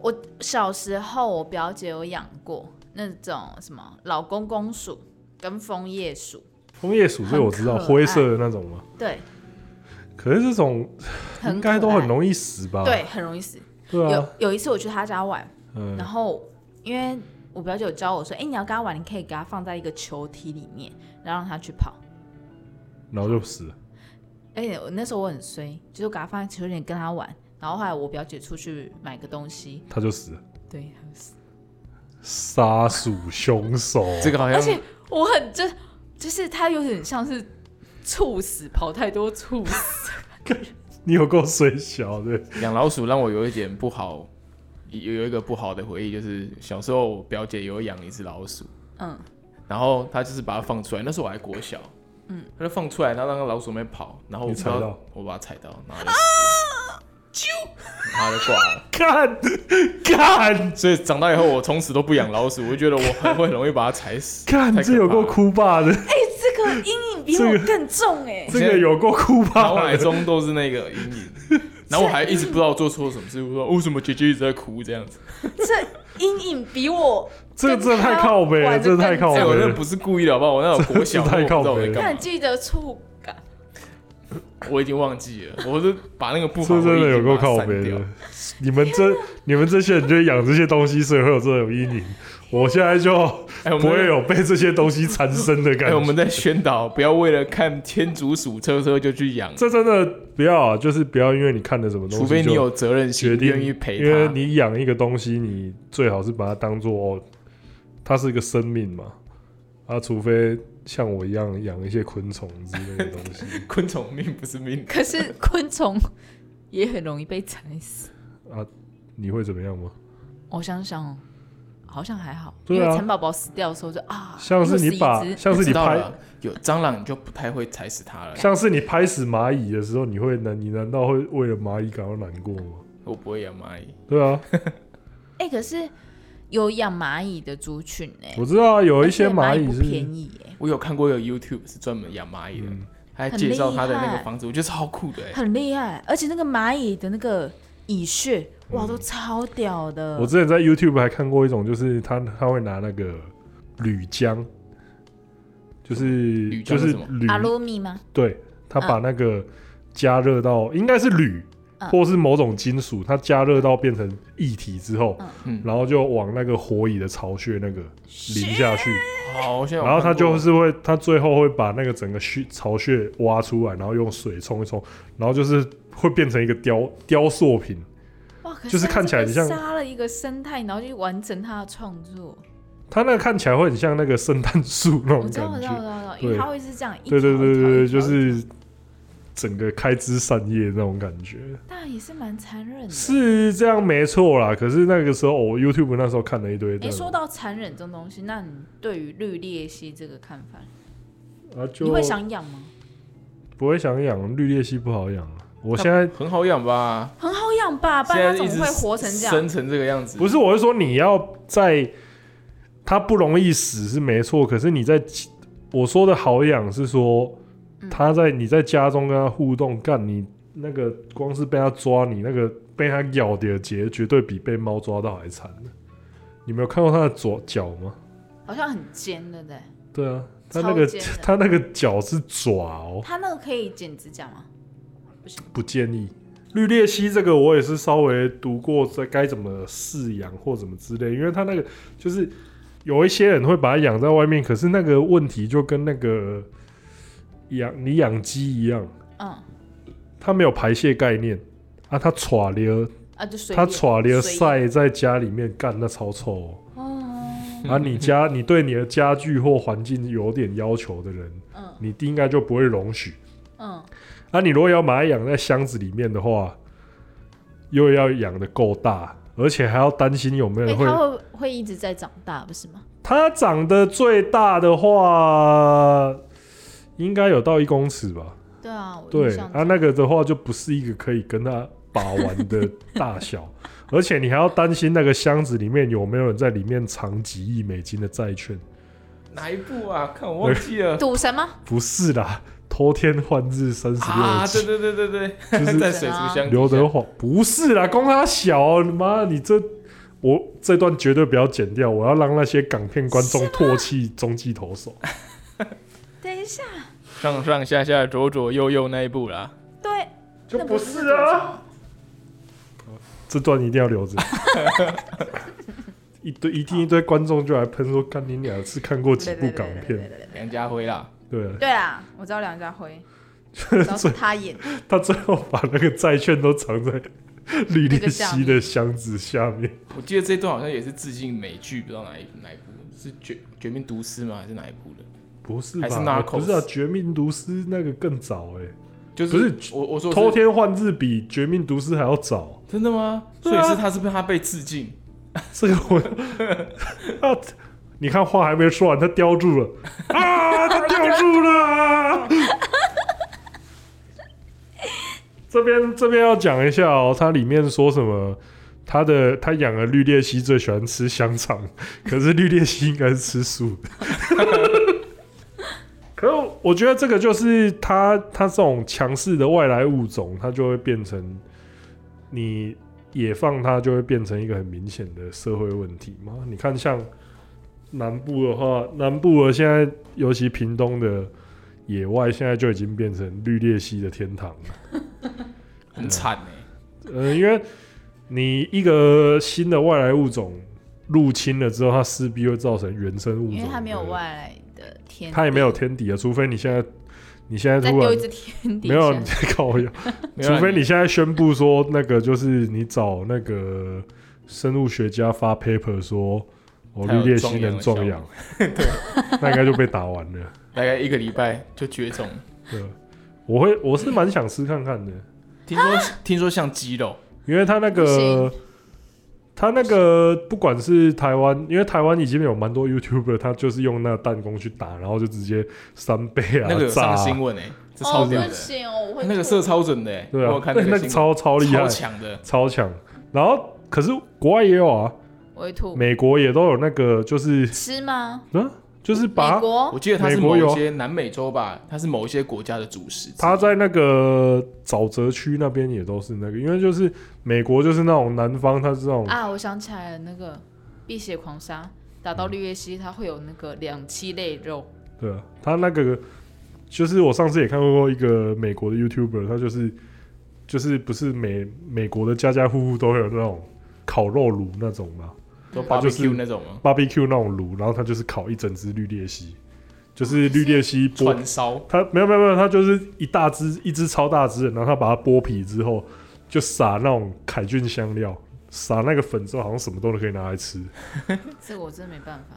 Speaker 3: 我小时候我表姐有养过那种什么老公公鼠跟枫叶鼠，
Speaker 1: 枫叶鼠这个我知道，
Speaker 3: 很可爱
Speaker 1: 灰色的那种嘛。
Speaker 3: 对，
Speaker 1: 可是这种
Speaker 3: 很
Speaker 1: 应该都
Speaker 3: 可
Speaker 1: 很
Speaker 3: 爱
Speaker 1: 容易啊死吧？
Speaker 3: 对，很容易死。
Speaker 1: 对啊，
Speaker 3: 有有一次我去他家玩，
Speaker 1: 嗯
Speaker 3: 然，后因为我表姐有教我说，哎、你要跟他玩，你可以给他放在一个球体里面，然后让他去跑。
Speaker 1: 然后就死了。
Speaker 3: 而且我那时候我很衰，就是给他放在球体里跟他玩，然后后来我表姐出去买个东西，
Speaker 1: 他就死了。
Speaker 3: 对，
Speaker 1: 杀鼠凶手，
Speaker 2: 这个好像
Speaker 3: 而且我很就就是他有点像是猝死，跑太多猝死，
Speaker 1: 你有够水小的，
Speaker 2: 养老鼠让我有一点不好，有有一个不好的回忆，就是小时候我表姐有养一只老鼠，
Speaker 3: 嗯，
Speaker 2: 然后她就是把它放出来，那时候我还国小，嗯，她就放出来，然后让老鼠妹跑，然后我
Speaker 1: 你
Speaker 2: 不知道
Speaker 1: 踩到
Speaker 2: 我把它踩到，然后就死了然后就挂了。
Speaker 1: 干干
Speaker 2: 所以长大以后，我从此都不养老鼠，我就觉得我很会很容易把它踩 死。太
Speaker 1: 干，
Speaker 2: 可怕
Speaker 1: 这有够
Speaker 2: 了！
Speaker 1: 哭爸的，
Speaker 3: 哎、这个阴影比
Speaker 1: 这
Speaker 3: 我
Speaker 1: 个
Speaker 3: 更重哎、
Speaker 1: 这个有够哭爸
Speaker 2: 脑海
Speaker 1: 的。
Speaker 2: 中都是那个阴影，然后我还一直不知道做错什么事，我说为哦什么姐姐一直在哭这样子？
Speaker 3: 这阴影比我
Speaker 1: 这这太靠北了，
Speaker 3: 玩得
Speaker 1: 这太靠
Speaker 2: 哎、
Speaker 1: 北
Speaker 2: 我那
Speaker 1: 了。
Speaker 2: 不是故意的，好不好？我那有国小，
Speaker 1: 这太
Speaker 2: 我不知道
Speaker 1: 靠
Speaker 2: 我
Speaker 1: 北
Speaker 2: 在
Speaker 1: 了
Speaker 2: 干
Speaker 3: 更
Speaker 2: 嘛，
Speaker 3: 记得触感。
Speaker 2: 我已经忘记了，我是把那个不好
Speaker 1: 这
Speaker 2: 的
Speaker 1: 真
Speaker 2: 回忆
Speaker 1: 的有
Speaker 2: 已经把
Speaker 1: 够
Speaker 2: 它
Speaker 1: 靠
Speaker 2: 删
Speaker 1: 北
Speaker 2: 掉
Speaker 1: 的。你们这你们这些人就养这些东西，所以会有这种阴影。我现在就
Speaker 2: 哎、我
Speaker 1: 不
Speaker 2: 们
Speaker 1: 会有被这些东西缠身的感
Speaker 2: 哎、
Speaker 1: 觉。
Speaker 2: 我们在宣导，不要为了看天竺鼠车车就去养，
Speaker 1: 这真的不要啊，就是不要因为你看的什么东西，
Speaker 2: 除非你有责任
Speaker 1: 决
Speaker 2: 心，
Speaker 1: 定
Speaker 2: 愿意陪
Speaker 1: 因为
Speaker 2: 它。
Speaker 1: 你养一个东西，你最好是把它当做、哦它是一个生命嘛。啊，除非像我一样养一些昆虫之类的东西，
Speaker 2: 昆虫命不是 命，
Speaker 3: 可是昆虫也很容易被踩死。
Speaker 1: 你会怎么样吗？
Speaker 3: 我想想哦，好像还好，
Speaker 1: 对啊
Speaker 3: 因为蚕宝宝死掉的时候就啊，
Speaker 1: 像是你把
Speaker 3: 又死一只
Speaker 1: 像是你
Speaker 2: 知道
Speaker 1: 拍，
Speaker 2: 了，有蟑螂你就不太会踩死它了。
Speaker 1: 像是你拍死蚂蚁的时候，你会难，你难道会为了蚂蚁感到难过吗？
Speaker 2: 我不会养蚂蚁，
Speaker 1: 对 啊，
Speaker 3: 哎、可是有养蚂蚁的族群哎、
Speaker 1: 我知道啊，有一些
Speaker 3: 而且
Speaker 1: 蚂
Speaker 3: 蚂
Speaker 1: 蚁
Speaker 3: 不
Speaker 1: 是
Speaker 3: 便宜哎、
Speaker 2: 我有看过有 YouTube 是专门养蚂蚁的，
Speaker 1: 嗯
Speaker 2: 还
Speaker 3: 很
Speaker 2: 介绍它的
Speaker 3: 厉
Speaker 2: 那个
Speaker 3: 害
Speaker 2: 房子，我觉得超酷的、欸。
Speaker 3: 很厉害，而且那个蚂蚁的那个蚁穴哇，都超屌的。
Speaker 1: 嗯我之前在 YouTube 还看过一种，就是他他会拿那个铝浆，就是
Speaker 2: 铝浆
Speaker 1: 就是是
Speaker 2: 什么
Speaker 1: 铝，
Speaker 3: 阿鲁米吗？
Speaker 1: 对他把那个加热到应该是铝
Speaker 3: 嗯
Speaker 1: 或是某种金属，它加热到变成液体之后
Speaker 3: 嗯，
Speaker 2: 嗯
Speaker 1: 然后就往那个火蚁的巢穴那个淋下去，
Speaker 2: 好，我现在有
Speaker 1: 然后它
Speaker 2: 看过
Speaker 1: 就是会，它最后会把那个整个穴巢穴挖出来，然后用水冲一冲，然后就是会变成一个雕雕塑品。
Speaker 3: 哇，可
Speaker 1: 就是
Speaker 3: 他
Speaker 1: 看起来
Speaker 3: 这个
Speaker 1: 像
Speaker 3: 杀了一个生态，然后去完成他的创作。
Speaker 1: 它那个看起来会很像那个圣诞树那
Speaker 3: 我
Speaker 1: 种
Speaker 3: 知道，我
Speaker 1: 感
Speaker 3: 知道，我
Speaker 1: 觉
Speaker 3: 知。道，我知道，
Speaker 1: 对
Speaker 3: 因为它会是这样一条
Speaker 1: 对
Speaker 3: 一条
Speaker 1: 对
Speaker 3: 一条。
Speaker 1: 对对对，就
Speaker 3: 一条
Speaker 1: 是整个开枝散叶那种感觉，
Speaker 3: 但也是蛮残忍的。
Speaker 1: 是这样没错啦。可是那个时候，我 YouTube 那时候看了一堆
Speaker 3: 哎，
Speaker 1: 这
Speaker 3: 说
Speaker 1: 种，
Speaker 3: 到残忍这种东西，那你对于绿鬣蜥这个看法，
Speaker 1: 啊，
Speaker 3: 你
Speaker 1: 就
Speaker 3: 会想养吗？
Speaker 1: 不会想养绿鬣蜥不好养啊。我现在
Speaker 2: 很好养吧？
Speaker 3: 很好养吧，啊不
Speaker 2: 现
Speaker 3: 然它
Speaker 2: 在
Speaker 3: 怎
Speaker 2: 一
Speaker 3: 么
Speaker 2: 直
Speaker 3: 会活成这样？
Speaker 2: 生成这个样子？
Speaker 1: 不是，我是说你要在它不容易死是没错，可是你在我说的好养是说
Speaker 3: 嗯
Speaker 1: 它在你在家中跟它互动，干你那个光是被它抓，你那个被它咬的结绝对比被猫抓到还惨呢。你没有看过它的左脚吗？
Speaker 3: 好像很尖，对不对？
Speaker 1: 对啊，它
Speaker 3: 超
Speaker 1: 那个
Speaker 3: 尖 的
Speaker 1: 它那个脚是爪哦，
Speaker 3: 它那个可以剪指甲吗？
Speaker 1: 不建议。绿鬣蜥这个我也是稍微读过，这该怎么饲养或怎么之类，因为它那个就是有一些人会把它养在外面，可是那个问题就跟那个养你养鸡一样，
Speaker 3: 嗯，
Speaker 1: 它没有排泄概念啊，它喘流，
Speaker 3: 啊，就随
Speaker 1: 它
Speaker 3: 便。
Speaker 1: 喘流
Speaker 3: 随意
Speaker 1: 晒在家里面干，那超臭哦、
Speaker 3: 哦，
Speaker 1: 啊，你家你对你的家具或环境有点要求的人，
Speaker 3: 嗯
Speaker 1: 你应该就不会容许。
Speaker 3: 嗯，
Speaker 1: 啊，你如果要把它养在箱子里面的话，又要养的够大，而且还要担心有没有
Speaker 3: 哎，
Speaker 1: 人会。
Speaker 3: 它会会一直在长大，不是吗？
Speaker 1: 它长得最大的话，应该有到一公尺吧？
Speaker 3: 对啊，我印
Speaker 1: 对
Speaker 3: 象
Speaker 1: 啊，那个的话就不是一个可以跟它把玩的大 小，而且你还要担心那个箱子里面有没有人在里面藏几亿美金的债券。
Speaker 2: 哪一部啊？看我忘记 了
Speaker 3: 赌神吗？
Speaker 1: 不是啦，偷天换日三十六
Speaker 2: 啊！对
Speaker 1: 计，
Speaker 2: 对对对对，
Speaker 1: 就是
Speaker 2: 在水族箱底下
Speaker 1: 刘德华不是啦，光他小、啊你妈，你这我这段绝对不 要剪掉，我要让那些港片观众唾弃中继投手。
Speaker 3: 等一下，
Speaker 2: 上上下下左左右右那一步啦。
Speaker 3: 对，
Speaker 1: 就
Speaker 3: 那
Speaker 1: 不
Speaker 3: 不
Speaker 1: 是啊。这段一定要留 着。一堆一定一堆观众就来喷说，看你俩是看过几
Speaker 3: 对
Speaker 1: 部
Speaker 3: 对对
Speaker 1: 港
Speaker 3: 对对对
Speaker 1: 片？
Speaker 3: 对对。
Speaker 2: 梁家辉啦，
Speaker 1: 对啊，
Speaker 3: 对啊，我知道梁家辉，然后是他演的，
Speaker 1: 他最后把那个债券都藏在李
Speaker 3: 那
Speaker 1: 连
Speaker 3: 个下
Speaker 1: 熙
Speaker 3: 面
Speaker 1: 的箱子下面。
Speaker 2: 我记得这段好像也是致敬美剧，不知道哪一哪一部是《绝绝命毒师》吗？还是哪一部的？
Speaker 1: 不是
Speaker 2: 还是
Speaker 1: 吧？
Speaker 2: Narcos
Speaker 1: 不是啊，《绝命毒师》那个更早哎、
Speaker 2: 就
Speaker 1: 不是
Speaker 2: 我我说
Speaker 1: 偷
Speaker 2: 是
Speaker 1: 天换日比《绝命毒师》还要早。
Speaker 2: 真的吗？所
Speaker 1: 对
Speaker 2: 以
Speaker 1: 啊
Speaker 2: 是他是被他被致敬，
Speaker 1: 这个我，啊，你看话还没说完，他叼住了啊，他叼住了。这边这边要讲一下哦，它里面说什么？他的他养了绿鬣蜥，最喜欢吃香肠，可是绿鬣蜥应该是吃素的。可是我觉得这个就是他他这种强势的外来物种，它就会变成你野放它就会变成一个很明显的社会问题嘛。你看，像南部的话，南部的现在尤其屏东的野外，现在就已经变成绿鬣蜥的天堂了。
Speaker 2: 很惨哎、
Speaker 1: 呃，因为你一个新的外来物种入侵了之后，它势必会造成原生物种，
Speaker 3: 因为他没有，外来的天，
Speaker 1: 它也没有，天敌啊，除非你现在你现在
Speaker 3: 再
Speaker 1: 突
Speaker 3: 丢
Speaker 1: 然
Speaker 3: 一只天敌
Speaker 1: 没
Speaker 3: 下，
Speaker 1: 有你在搞笑。
Speaker 2: 没有
Speaker 1: 除
Speaker 2: 啦
Speaker 1: 非你现在宣布说，那个就是你找那个生物学家发 paper 说，我
Speaker 2: 它有
Speaker 1: 绿鬣
Speaker 2: 壮
Speaker 1: 蜥
Speaker 2: 阳
Speaker 1: 能
Speaker 2: 的
Speaker 1: 壮
Speaker 2: 效
Speaker 1: 阳， 那应该就被打完了。
Speaker 2: 大概一个礼拜就绝种。
Speaker 1: 对，我会我是蛮想吃看看的，
Speaker 2: 听
Speaker 1: 啊
Speaker 2: 说听说像 鸡肉，
Speaker 1: 因为他那
Speaker 3: 不
Speaker 1: 个
Speaker 3: 行
Speaker 1: 他那个不管是台湾，因为台湾已经有蛮多 YouTuber，他就是用那个弹弓去打，然后就直接三倍啊，
Speaker 2: 那个有
Speaker 1: 炸
Speaker 2: 上
Speaker 1: 啊
Speaker 2: 新闻哎、这超
Speaker 3: 哦，
Speaker 2: 屌
Speaker 3: 不
Speaker 2: 的，
Speaker 3: 行哦，我会
Speaker 2: 那个
Speaker 3: 吐
Speaker 2: 射超准的哎、
Speaker 1: 对
Speaker 2: 我
Speaker 1: 啊
Speaker 2: 有，看
Speaker 1: 那
Speaker 2: 那个
Speaker 1: 那个
Speaker 2: 新闻
Speaker 1: 超超厉害
Speaker 2: 超，强的，
Speaker 1: 超强。然后可是国外也有啊，
Speaker 3: 我会吐，
Speaker 1: 美国也都有那个就是。
Speaker 3: 吃吗？
Speaker 1: 嗯，就是
Speaker 3: 美
Speaker 1: 把
Speaker 2: 我
Speaker 3: 国
Speaker 2: 记得它是
Speaker 1: 美国
Speaker 2: 某
Speaker 1: 有
Speaker 2: 一些南美洲吧，它是某一些国家的主食之一。
Speaker 1: 它在那个沼泽区那边也都是那个，因为就是美国就是那种南方，它是那种、
Speaker 3: 啊，我想起来了，那个《碧血狂杀》打到绿鬣蜥，它会有那个两栖类肉，
Speaker 1: 对啊，它那个就是我上次也看过一个美国的 YouTuber，他就是就是不是美美国的家家户户都会有那种烤肉炉那种嘛
Speaker 2: 都
Speaker 1: 它就是
Speaker 2: barbecue 那种啊吗？
Speaker 1: ，barbecue 那种炉，然后他就是烤一整只绿鬣蜥，就是绿鬣蜥剥
Speaker 2: 串烧，
Speaker 1: 它没有没有没有，它就是一大只一只超大只的，然后它把它剥皮之后，就撒那种凯俊香料，撒那个粉之后，好像什么都可以拿来吃。
Speaker 3: 这个我真的没办法。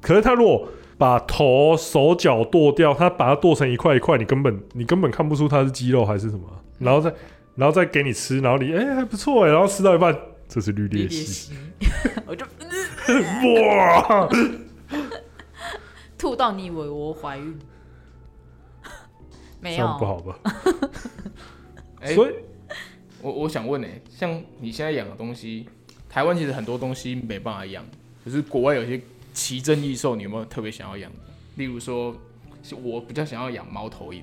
Speaker 1: 可是它如果把头、手脚剁掉，它把它剁成一块一块，你根本你根本看不出它是鸡肉还是什么，然后再然后再给你吃，然后你哎、还不错哎、然后吃到一半，这是绿鬣蜥，，
Speaker 3: 我就
Speaker 1: 哇！
Speaker 3: 吐到你以为我怀 孕，没
Speaker 1: 这
Speaker 3: 有
Speaker 1: 样不好吧？
Speaker 2: 哎、
Speaker 1: 所以
Speaker 2: 我我想问哎、像你现在养的东西，台湾其实很多东西没办法养，可是国外有些奇珍异兽，你有没有特别想要养的？例如说，是我比较想要养猫头鹰，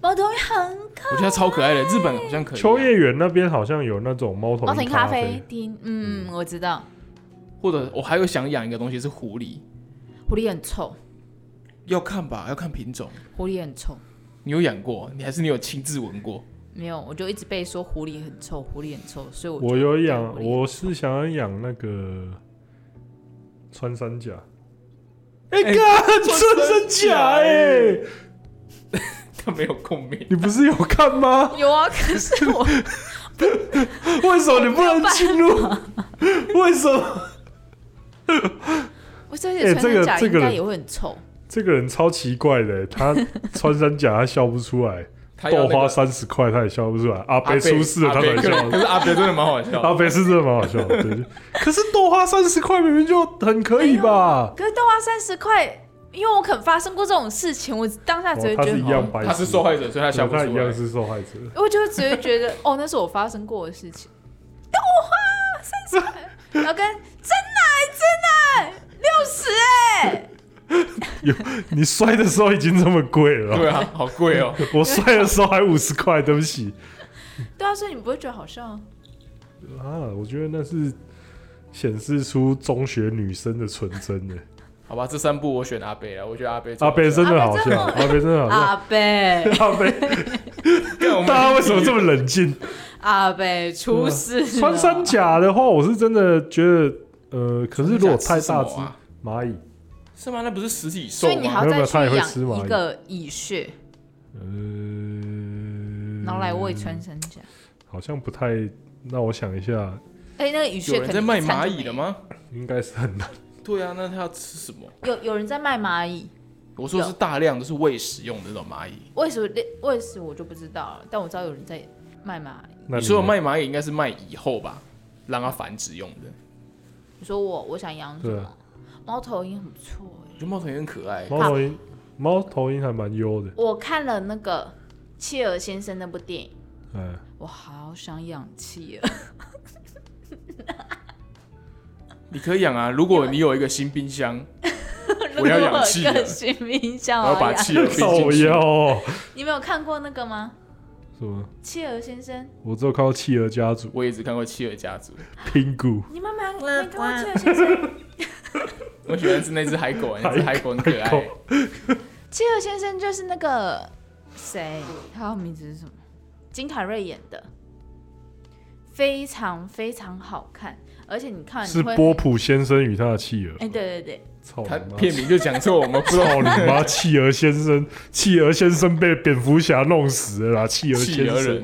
Speaker 3: 猫头鹰很
Speaker 2: 我觉得它超可爱的。日本好像可以养，
Speaker 1: 秋叶原那边好像有那种猫头
Speaker 3: 猫头
Speaker 1: 鹰
Speaker 3: 鹰咖
Speaker 1: 啡
Speaker 3: 啡，厅，嗯，我知道，
Speaker 2: 或者我还有想养一个东西是狐狸，
Speaker 3: 狐狸很臭，
Speaker 2: 要看吧，要看品种。
Speaker 3: 狐狸很臭，
Speaker 2: 你有养过？你还是你有亲自闻过？
Speaker 3: 没有，我就一直被说狐狸很臭，狐狸很臭，所以我
Speaker 1: 我
Speaker 3: 就
Speaker 1: 有
Speaker 3: 对
Speaker 1: 养，
Speaker 3: 狐狸
Speaker 1: 我是想要养那个穿山甲。哎、
Speaker 2: 哎
Speaker 1: 哥，穿山甲哎、
Speaker 2: 它没有共鸣。
Speaker 1: 你不是有看 吗？
Speaker 3: 有啊，可是 我
Speaker 1: 为什么你不能进入？ 为什么？
Speaker 3: 我这
Speaker 1: 哎
Speaker 3: 些
Speaker 1: 这
Speaker 3: 穿
Speaker 1: 个
Speaker 3: 山甲
Speaker 1: 这
Speaker 3: 应
Speaker 1: 个
Speaker 3: 该
Speaker 1: 人
Speaker 3: 也会很臭，
Speaker 1: 这个人超奇怪的、他穿山甲他笑不出来，
Speaker 2: 它要
Speaker 1: 豆
Speaker 2: 那个
Speaker 1: 花三十块他也笑不出来，阿北出事了他
Speaker 2: 阿
Speaker 1: 才
Speaker 2: 北
Speaker 1: 笑。
Speaker 2: 可是阿北真的蛮好笑
Speaker 1: 阿
Speaker 2: 的。
Speaker 1: 北是真的蛮好笑的，对。可是豆花三十块明明就很可以哎吧？
Speaker 3: 哎可是豆花三十块。因为我肯发生过这种事情，我当下
Speaker 1: 哦
Speaker 3: 哎只会
Speaker 1: 他
Speaker 3: 觉
Speaker 1: 是
Speaker 3: 得
Speaker 1: 一
Speaker 3: 好
Speaker 1: 样白痴，
Speaker 2: 他是受害者，所以他笑
Speaker 1: 对
Speaker 2: 不
Speaker 1: 他
Speaker 2: 出
Speaker 1: 一
Speaker 2: 来
Speaker 1: 样。是受害者。
Speaker 3: 我就只 会觉得，哦，那是我发生过的事情。 豆花三十，然后跟真奶真奶六十哎，
Speaker 1: 有 你摔的时候已经这么贵了，
Speaker 2: 对啊，好贵哦。
Speaker 1: 我摔的时候还五十块，对不起
Speaker 3: 对啊，所以你不会觉得好笑啊？
Speaker 1: 啊！我觉得那是显示出中学女生的纯真的，
Speaker 2: 好吧，这三部我选阿贝了，我觉得阿贝最
Speaker 1: 阿
Speaker 2: 好
Speaker 1: 贝
Speaker 2: 笑
Speaker 1: 真的好笑，阿贝真的好啊笑，
Speaker 3: 阿贝，
Speaker 1: 阿贝，
Speaker 2: 干我们
Speaker 1: 大家为什么这么冷 静？
Speaker 3: 阿贝出事了，
Speaker 1: 啊穿山甲的话，我是真的觉得，呃，可是如果太大
Speaker 2: 吃
Speaker 1: 只
Speaker 2: 什么啊
Speaker 1: 蚂蚁，
Speaker 2: 是吗？那不是实体兽
Speaker 3: 所以你
Speaker 2: 吗？
Speaker 3: 还要
Speaker 1: 没有没有他
Speaker 3: 再
Speaker 1: 也
Speaker 3: 去
Speaker 1: 会吃蚂
Speaker 3: 养
Speaker 1: 蚁
Speaker 3: 一个蚁穴，
Speaker 1: 呃，
Speaker 3: 然后来喂穿山甲。
Speaker 1: 好像不太。让我想一下，
Speaker 3: 哎，那个蚁
Speaker 2: 有
Speaker 3: 穴
Speaker 2: 人
Speaker 3: 可能
Speaker 2: 在卖
Speaker 3: 一餐
Speaker 2: 蚂
Speaker 3: 就
Speaker 2: 蚁
Speaker 3: 没
Speaker 2: 了吗？
Speaker 1: 应该是很难。
Speaker 2: 对啊，那他要吃什么？
Speaker 3: 有有人在卖蚂蚁，
Speaker 2: 我说的是大量，就是喂食用的那种蚂蚁。
Speaker 3: 为什么？为什么我就不知道了，但我知道有人在卖蚂蚁。
Speaker 1: 那
Speaker 2: 你说的卖蚂蚁应该是卖以后吧，让它繁殖用的。
Speaker 3: 你说我我想养什
Speaker 1: 对
Speaker 3: 么
Speaker 1: 啊？
Speaker 3: 猫头鹰很不错哎、
Speaker 2: 我觉得猫头鹰很可爱，
Speaker 1: 猫头鹰，猫头鹰还蛮优的，
Speaker 3: 我看了那个契尔先生那部电影，
Speaker 1: 嗯，
Speaker 3: 我好想养企鹅。
Speaker 2: 你可以养啊。如果你有一个新冰箱，
Speaker 3: 哦
Speaker 2: 我
Speaker 3: 如
Speaker 2: 要
Speaker 3: 果
Speaker 2: 养企鹅
Speaker 3: 更新冰箱，
Speaker 2: 然
Speaker 3: 我
Speaker 2: 后
Speaker 3: 要
Speaker 2: 把
Speaker 3: 养。
Speaker 2: 企鹅放进
Speaker 1: 靠
Speaker 2: 去，
Speaker 1: 腰，
Speaker 3: 你没有看过那个吗？
Speaker 1: 什么？
Speaker 3: 企鹅先生，
Speaker 1: 我只有看到企鹅家 族、
Speaker 2: 我也只看过企鹅家族。
Speaker 1: 拼骨，
Speaker 3: 你们没没看过企鹅先生？
Speaker 2: 我喜欢是那只海狗，啊那只海狗很可
Speaker 1: 海
Speaker 2: 爱。
Speaker 3: 契尔先生就是那个谁，他的名字是什么？金凯瑞演的，非常非常好看，而且你看
Speaker 1: 是
Speaker 3: 啊你会
Speaker 1: 波普先生与他的企鹅
Speaker 3: 哎、。对对对，
Speaker 1: 操
Speaker 2: 他
Speaker 1: 你妈！
Speaker 2: 片名就讲错，我们不知道
Speaker 1: 操你妈！企鹅先生，企鹅先生被蝙蝠侠弄死了啦！企鹅
Speaker 2: 企
Speaker 1: 先
Speaker 2: 鹅
Speaker 1: 生
Speaker 2: 人，。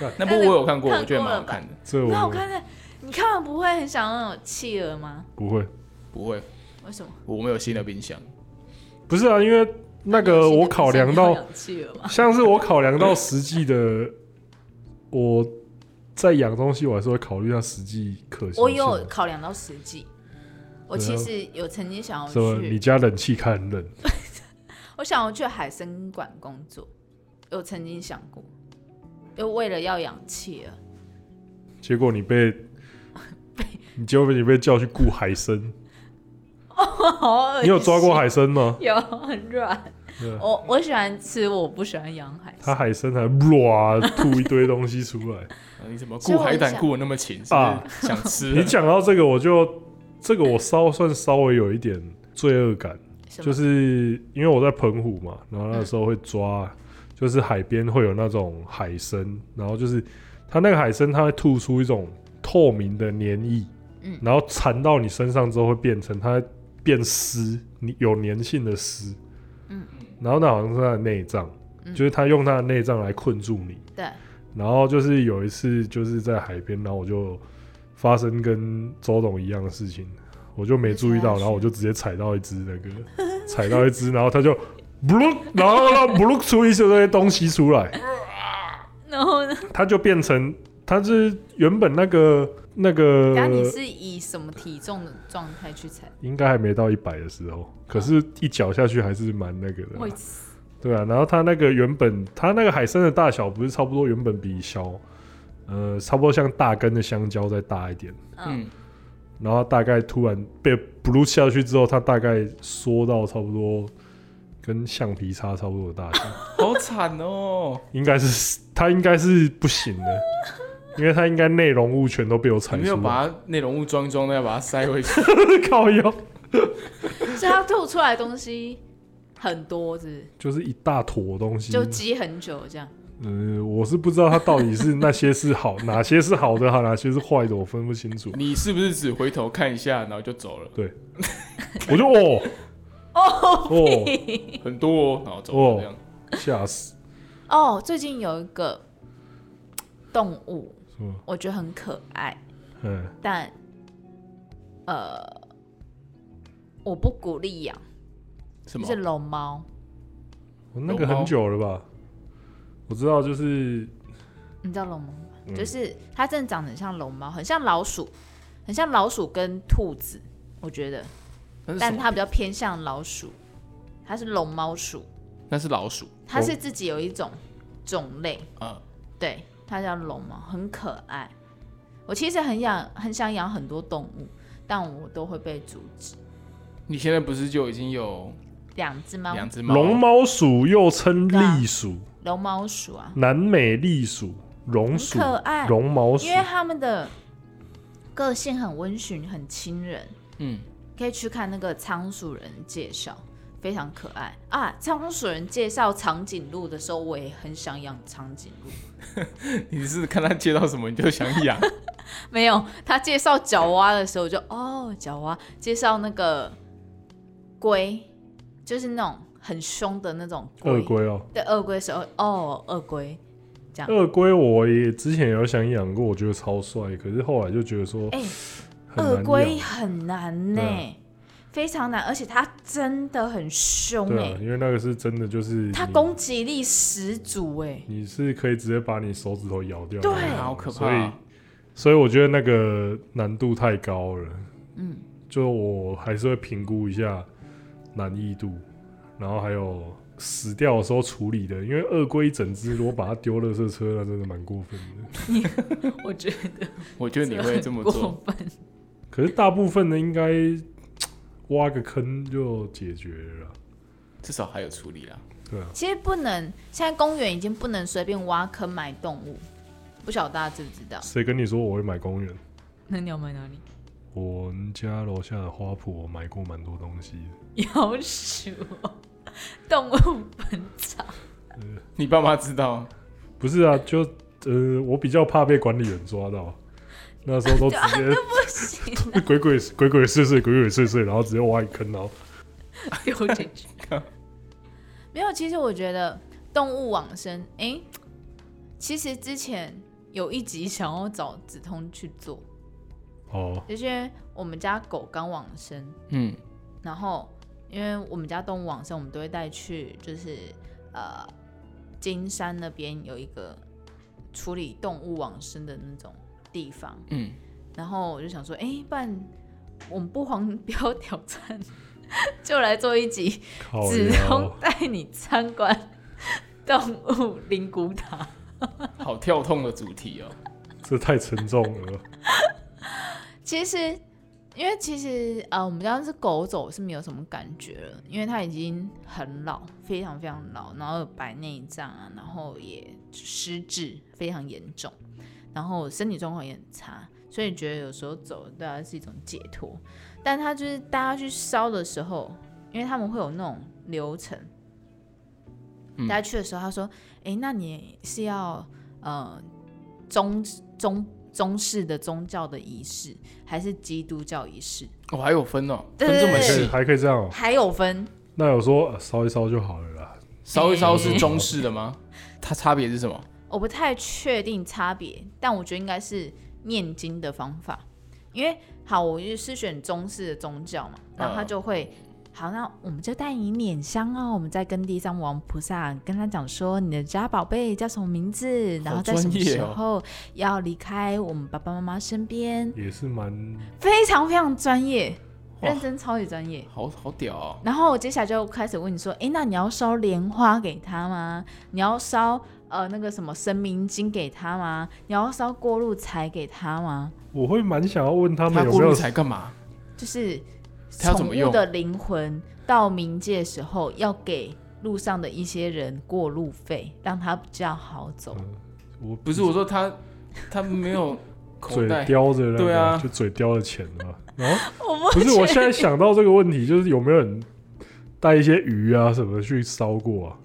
Speaker 1: 干
Speaker 2: 那部我有看过，
Speaker 3: 看过
Speaker 2: 我觉得蛮好看的。
Speaker 1: 这
Speaker 3: 很好
Speaker 1: 我
Speaker 3: 看的。你看完不会很想要那种企鹅吗？
Speaker 1: 不会。
Speaker 2: 不会，
Speaker 3: 为什么？
Speaker 2: 我们有新的冰箱。
Speaker 1: 不是啊，因为那个我考量
Speaker 3: 你
Speaker 1: 到
Speaker 3: 要，养企鹅吗？
Speaker 1: 像是我考量到实际的，我在养东西，我还是会考虑它实际可行性。
Speaker 3: 我有考量到实际，我其实有曾经想要
Speaker 1: 啊什么？你
Speaker 3: 去，
Speaker 1: 家冷气开很冷，
Speaker 3: 我想要去海参馆工作，有曾经想过，又为了要养企 鹅，
Speaker 1: 结果你 被，你结果你被叫去雇海 参，
Speaker 3: 好恶心
Speaker 1: 你有抓过？海参吗？
Speaker 3: 有，很软。
Speaker 1: 对啊
Speaker 3: 我我喜欢吃，我不喜欢养海
Speaker 1: 它
Speaker 3: 参。
Speaker 1: 海参还哇吐一堆东西出 来。
Speaker 2: 啊你怎么
Speaker 3: 所以
Speaker 2: 顾
Speaker 3: 我
Speaker 2: 海胆
Speaker 3: 想
Speaker 2: 顾的那么勤？是
Speaker 1: 啊
Speaker 2: 不是想吃
Speaker 1: 你
Speaker 2: 了？
Speaker 1: 讲到这个，我就这个我稍算稍微有一点罪恶感，
Speaker 3: 什么
Speaker 1: 就是因为我在澎湖嘛，然后那时候会抓，就是海边会有那种海参，然后就是它那个海参它会吐出一种透明的黏液，
Speaker 3: 嗯
Speaker 1: 然后缠到你身上之后会变成它变丝，你有粘性的丝，
Speaker 3: 嗯
Speaker 1: 然后那好像是它的内脏，
Speaker 3: 嗯
Speaker 1: 就是它用它的内脏来困住你，
Speaker 3: 对，
Speaker 1: 然后就是有一次就是在海边，然后我就发生跟周董一样的事情，我就没注意到，
Speaker 3: 你踩下去
Speaker 1: 然后我就直接踩到一只那个， 踩到一只，然后它就不噜，然后它不噜出一些这些东西出来，
Speaker 3: 然后呢？
Speaker 1: 它就变成它是原本那个那个
Speaker 3: 然后你是以什么体重的状态去踩？
Speaker 1: 应该还没到一百的时候，可是一脚下去还是蛮那个的
Speaker 3: 我
Speaker 1: 啊，对啊，然后它那个原本它那个海参的大小不是差不多原本比小，呃，差不多像大根的香蕉再大一点。
Speaker 3: 嗯，
Speaker 2: 嗯，
Speaker 1: 然后大概突然被 blue 下去之后，它大概缩到差不多跟橡皮擦差不多的大小，
Speaker 2: 好惨哦！
Speaker 1: 应该是它应该是不行的，因为它应该内容物全都被我踩
Speaker 2: 你没有
Speaker 1: 出来，
Speaker 2: 把它内容物装一装，再把它塞回去。
Speaker 1: 靠腰，
Speaker 3: 所以它吐出来的东西很多，是不是？
Speaker 1: 就是一大坨东
Speaker 2: 嗯
Speaker 1: 西。
Speaker 3: 就积很久这样。
Speaker 1: 呃，我是不知道它到底是那些是 好，哪些是好的，好哪些是坏的，我分不清楚。
Speaker 2: 你是不是只回头看一下，然后就走了？
Speaker 1: 我就哦
Speaker 3: 哦
Speaker 1: 哦，
Speaker 2: 很多哦，然后走了这样。
Speaker 1: 吓死，
Speaker 3: 哦，最近有一个动物，
Speaker 1: 是吧？
Speaker 3: 我觉得很可爱，
Speaker 1: 嗯，
Speaker 3: 但呃，我不鼓励养，
Speaker 2: 什
Speaker 3: 就
Speaker 2: 么
Speaker 3: 是？龙猫。
Speaker 1: 我那个很久了吧？我知道，就是
Speaker 3: 你知道龙猫吗？
Speaker 1: 嗯
Speaker 3: 就是它真的长得很像龙猫，很像老鼠，很像老鼠跟兔子，我觉得，
Speaker 2: 那是什
Speaker 3: 但
Speaker 2: 么？
Speaker 3: 它比较偏向老鼠，它是龙猫鼠，
Speaker 2: 那是老鼠
Speaker 3: 它是自己有一种种类，
Speaker 2: 啊！
Speaker 3: 对，它叫龙猫，很可爱。我其实很想很想养很多动物，但我都会被阻止。
Speaker 2: 你现在不是就已经有
Speaker 3: 两只猫，
Speaker 2: 两只猫？
Speaker 1: 龙猫鼠又称栗鼠。
Speaker 3: 龙猫鼠啊，
Speaker 1: 南美栗鼠、
Speaker 3: 很
Speaker 1: 绒鼠、
Speaker 3: 可爱，
Speaker 1: 绒毛鼠
Speaker 3: 因，为它们的个性很温驯，很亲人，
Speaker 2: 嗯，
Speaker 3: 可以去看那个仓鼠人介绍，非常可爱啊！仓鼠人介绍长颈鹿的时候，我也很想养长颈鹿。
Speaker 2: 你是看他接到什么你就想 养，
Speaker 3: 没有，他介绍角蛙的时候，我就哦，角蛙介绍那个龟，就是那种很凶的那种
Speaker 1: 鳄龟哦，
Speaker 3: 对，鳄龟的时候，哦，鳄龟，这样
Speaker 1: 鳄龟我也之前有想养过，我觉得超帅，可是后来就觉得说
Speaker 3: 哎、
Speaker 1: 很
Speaker 3: 鳄
Speaker 1: 难
Speaker 3: 龟
Speaker 1: 养，
Speaker 3: 很难呢、
Speaker 1: 对啊
Speaker 3: 非常难，而且它真的很凶
Speaker 1: 对
Speaker 3: 哎、
Speaker 1: 啊，因为那个是真的就是
Speaker 3: 它
Speaker 1: 你
Speaker 3: 攻击力十足哎、
Speaker 1: 你是可以直接把你手指头咬掉的
Speaker 3: 对
Speaker 1: 那种，
Speaker 2: 好可怕
Speaker 1: 所以
Speaker 2: 哦，
Speaker 1: 所以我觉得那个难度太高了，
Speaker 3: 嗯，
Speaker 1: 就我还是会评估一下难易度，然后还有死掉的时候处理的，因为鳄龟一整只，如果把它丢垃圾车，那真的蛮过分的。
Speaker 3: 我觉得
Speaker 2: 我觉得你会这么
Speaker 3: 很
Speaker 2: 做
Speaker 3: 过。分，
Speaker 1: 可是大部分的应该挖个坑就解决了啦，
Speaker 2: 至少还有处理啦。
Speaker 1: 对啊，
Speaker 3: 其实不能，现在公园已经不能随便挖坑埋动物，不晓得大家知不知道？
Speaker 1: 谁跟你说我会买公园？
Speaker 3: 那你要买哪里？
Speaker 1: 我们家楼下的花圃，我买过蛮多东西的。
Speaker 3: 要鼠、动物本草。
Speaker 2: 你爸妈知道，
Speaker 1: 不是啊，就呃，我比较怕被管理员抓到，那时候都直接
Speaker 3: 不行，
Speaker 1: 鬼鬼鬼鬼祟祟，鬼鬼祟祟，然后直接挖一坑，然后
Speaker 3: 丢进去。没有，其实我觉得动物往生，诶，其实之前有一集想要找梓通去做，
Speaker 1: 哦，
Speaker 3: 就是因为我们家狗刚往生，
Speaker 2: 嗯，
Speaker 3: 然后因为我们家动物往生，我们都会带去，就是呃金山那边有一个处理动物往生的那种地方，
Speaker 2: 嗯，
Speaker 3: 然后我就想说，哎、不然我 们不黄标挑战，就来做一集
Speaker 1: 靠
Speaker 3: 子通
Speaker 1: 腰，
Speaker 3: 带你参观动物灵骨塔。
Speaker 2: 好跳痛的主题哦、
Speaker 1: 这太沉重了。
Speaker 3: 其实，因为其实呃，我们家是狗走是没有什么感觉了，因为它已经很老，非常非常老，然后有白内障啊，然后也失智非常严重，然后身体状况也很差，所以觉得有时候走对它是一种解脱。但它就是大家去烧的时候，因为他们会有那种流程，
Speaker 2: 嗯
Speaker 3: 大家去的时候，他说：“哎、那你是要呃中中中式的宗教的仪式，还是基督教仪式？
Speaker 2: 我、还有分哦、
Speaker 3: 对
Speaker 2: 分这么
Speaker 1: 还可以
Speaker 2: 细，
Speaker 1: 还可以这样哦、
Speaker 3: 还有分
Speaker 1: 那有说呃烧一烧就好了啦。
Speaker 2: 烧一烧是中式的吗？它差别是什么？
Speaker 3: 我不太确定差别，但我觉得应该是念经的方法，因为好，我就是选中式的宗教嘛，然后他
Speaker 2: 嗯
Speaker 3: 就会。好，那我们就带你捻香哦。我们再跟地藏王菩萨跟他讲说，你的家宝贝叫什么名字，然
Speaker 2: 好
Speaker 3: 后在什么
Speaker 2: 专业
Speaker 3: 时
Speaker 2: 哦
Speaker 3: 候要离开我们爸爸妈妈身边，
Speaker 1: 也是蛮
Speaker 3: 非常非常专业，
Speaker 2: 哇
Speaker 3: 认真超级专业。
Speaker 2: 好好屌哦、
Speaker 3: 然后我接下来就开始问你说，诶，那你要烧莲花给他吗？你要烧呃那个什么神明经给他吗？你要烧过路财给他吗？
Speaker 1: 我会蛮想要问他
Speaker 2: 它
Speaker 1: 们有
Speaker 2: 过
Speaker 1: 没
Speaker 2: 路
Speaker 1: 有
Speaker 2: 才干嘛？
Speaker 3: 就是
Speaker 2: 他要怎
Speaker 3: 宠
Speaker 2: 么
Speaker 3: 物
Speaker 2: 用
Speaker 3: 的灵魂到冥界的时候，要给路上的一些人过路费，让他比较好走。
Speaker 1: 我
Speaker 2: 不是我说它，它没 有口
Speaker 1: 嘴
Speaker 2: 袋，
Speaker 1: 叼着那个，
Speaker 2: 对啊
Speaker 1: 就嘴叼着钱 嘛。然后
Speaker 3: 我
Speaker 1: 不嗯是我现在想到这个问题，就是有没有人带一些鱼啊什么去烧过啊？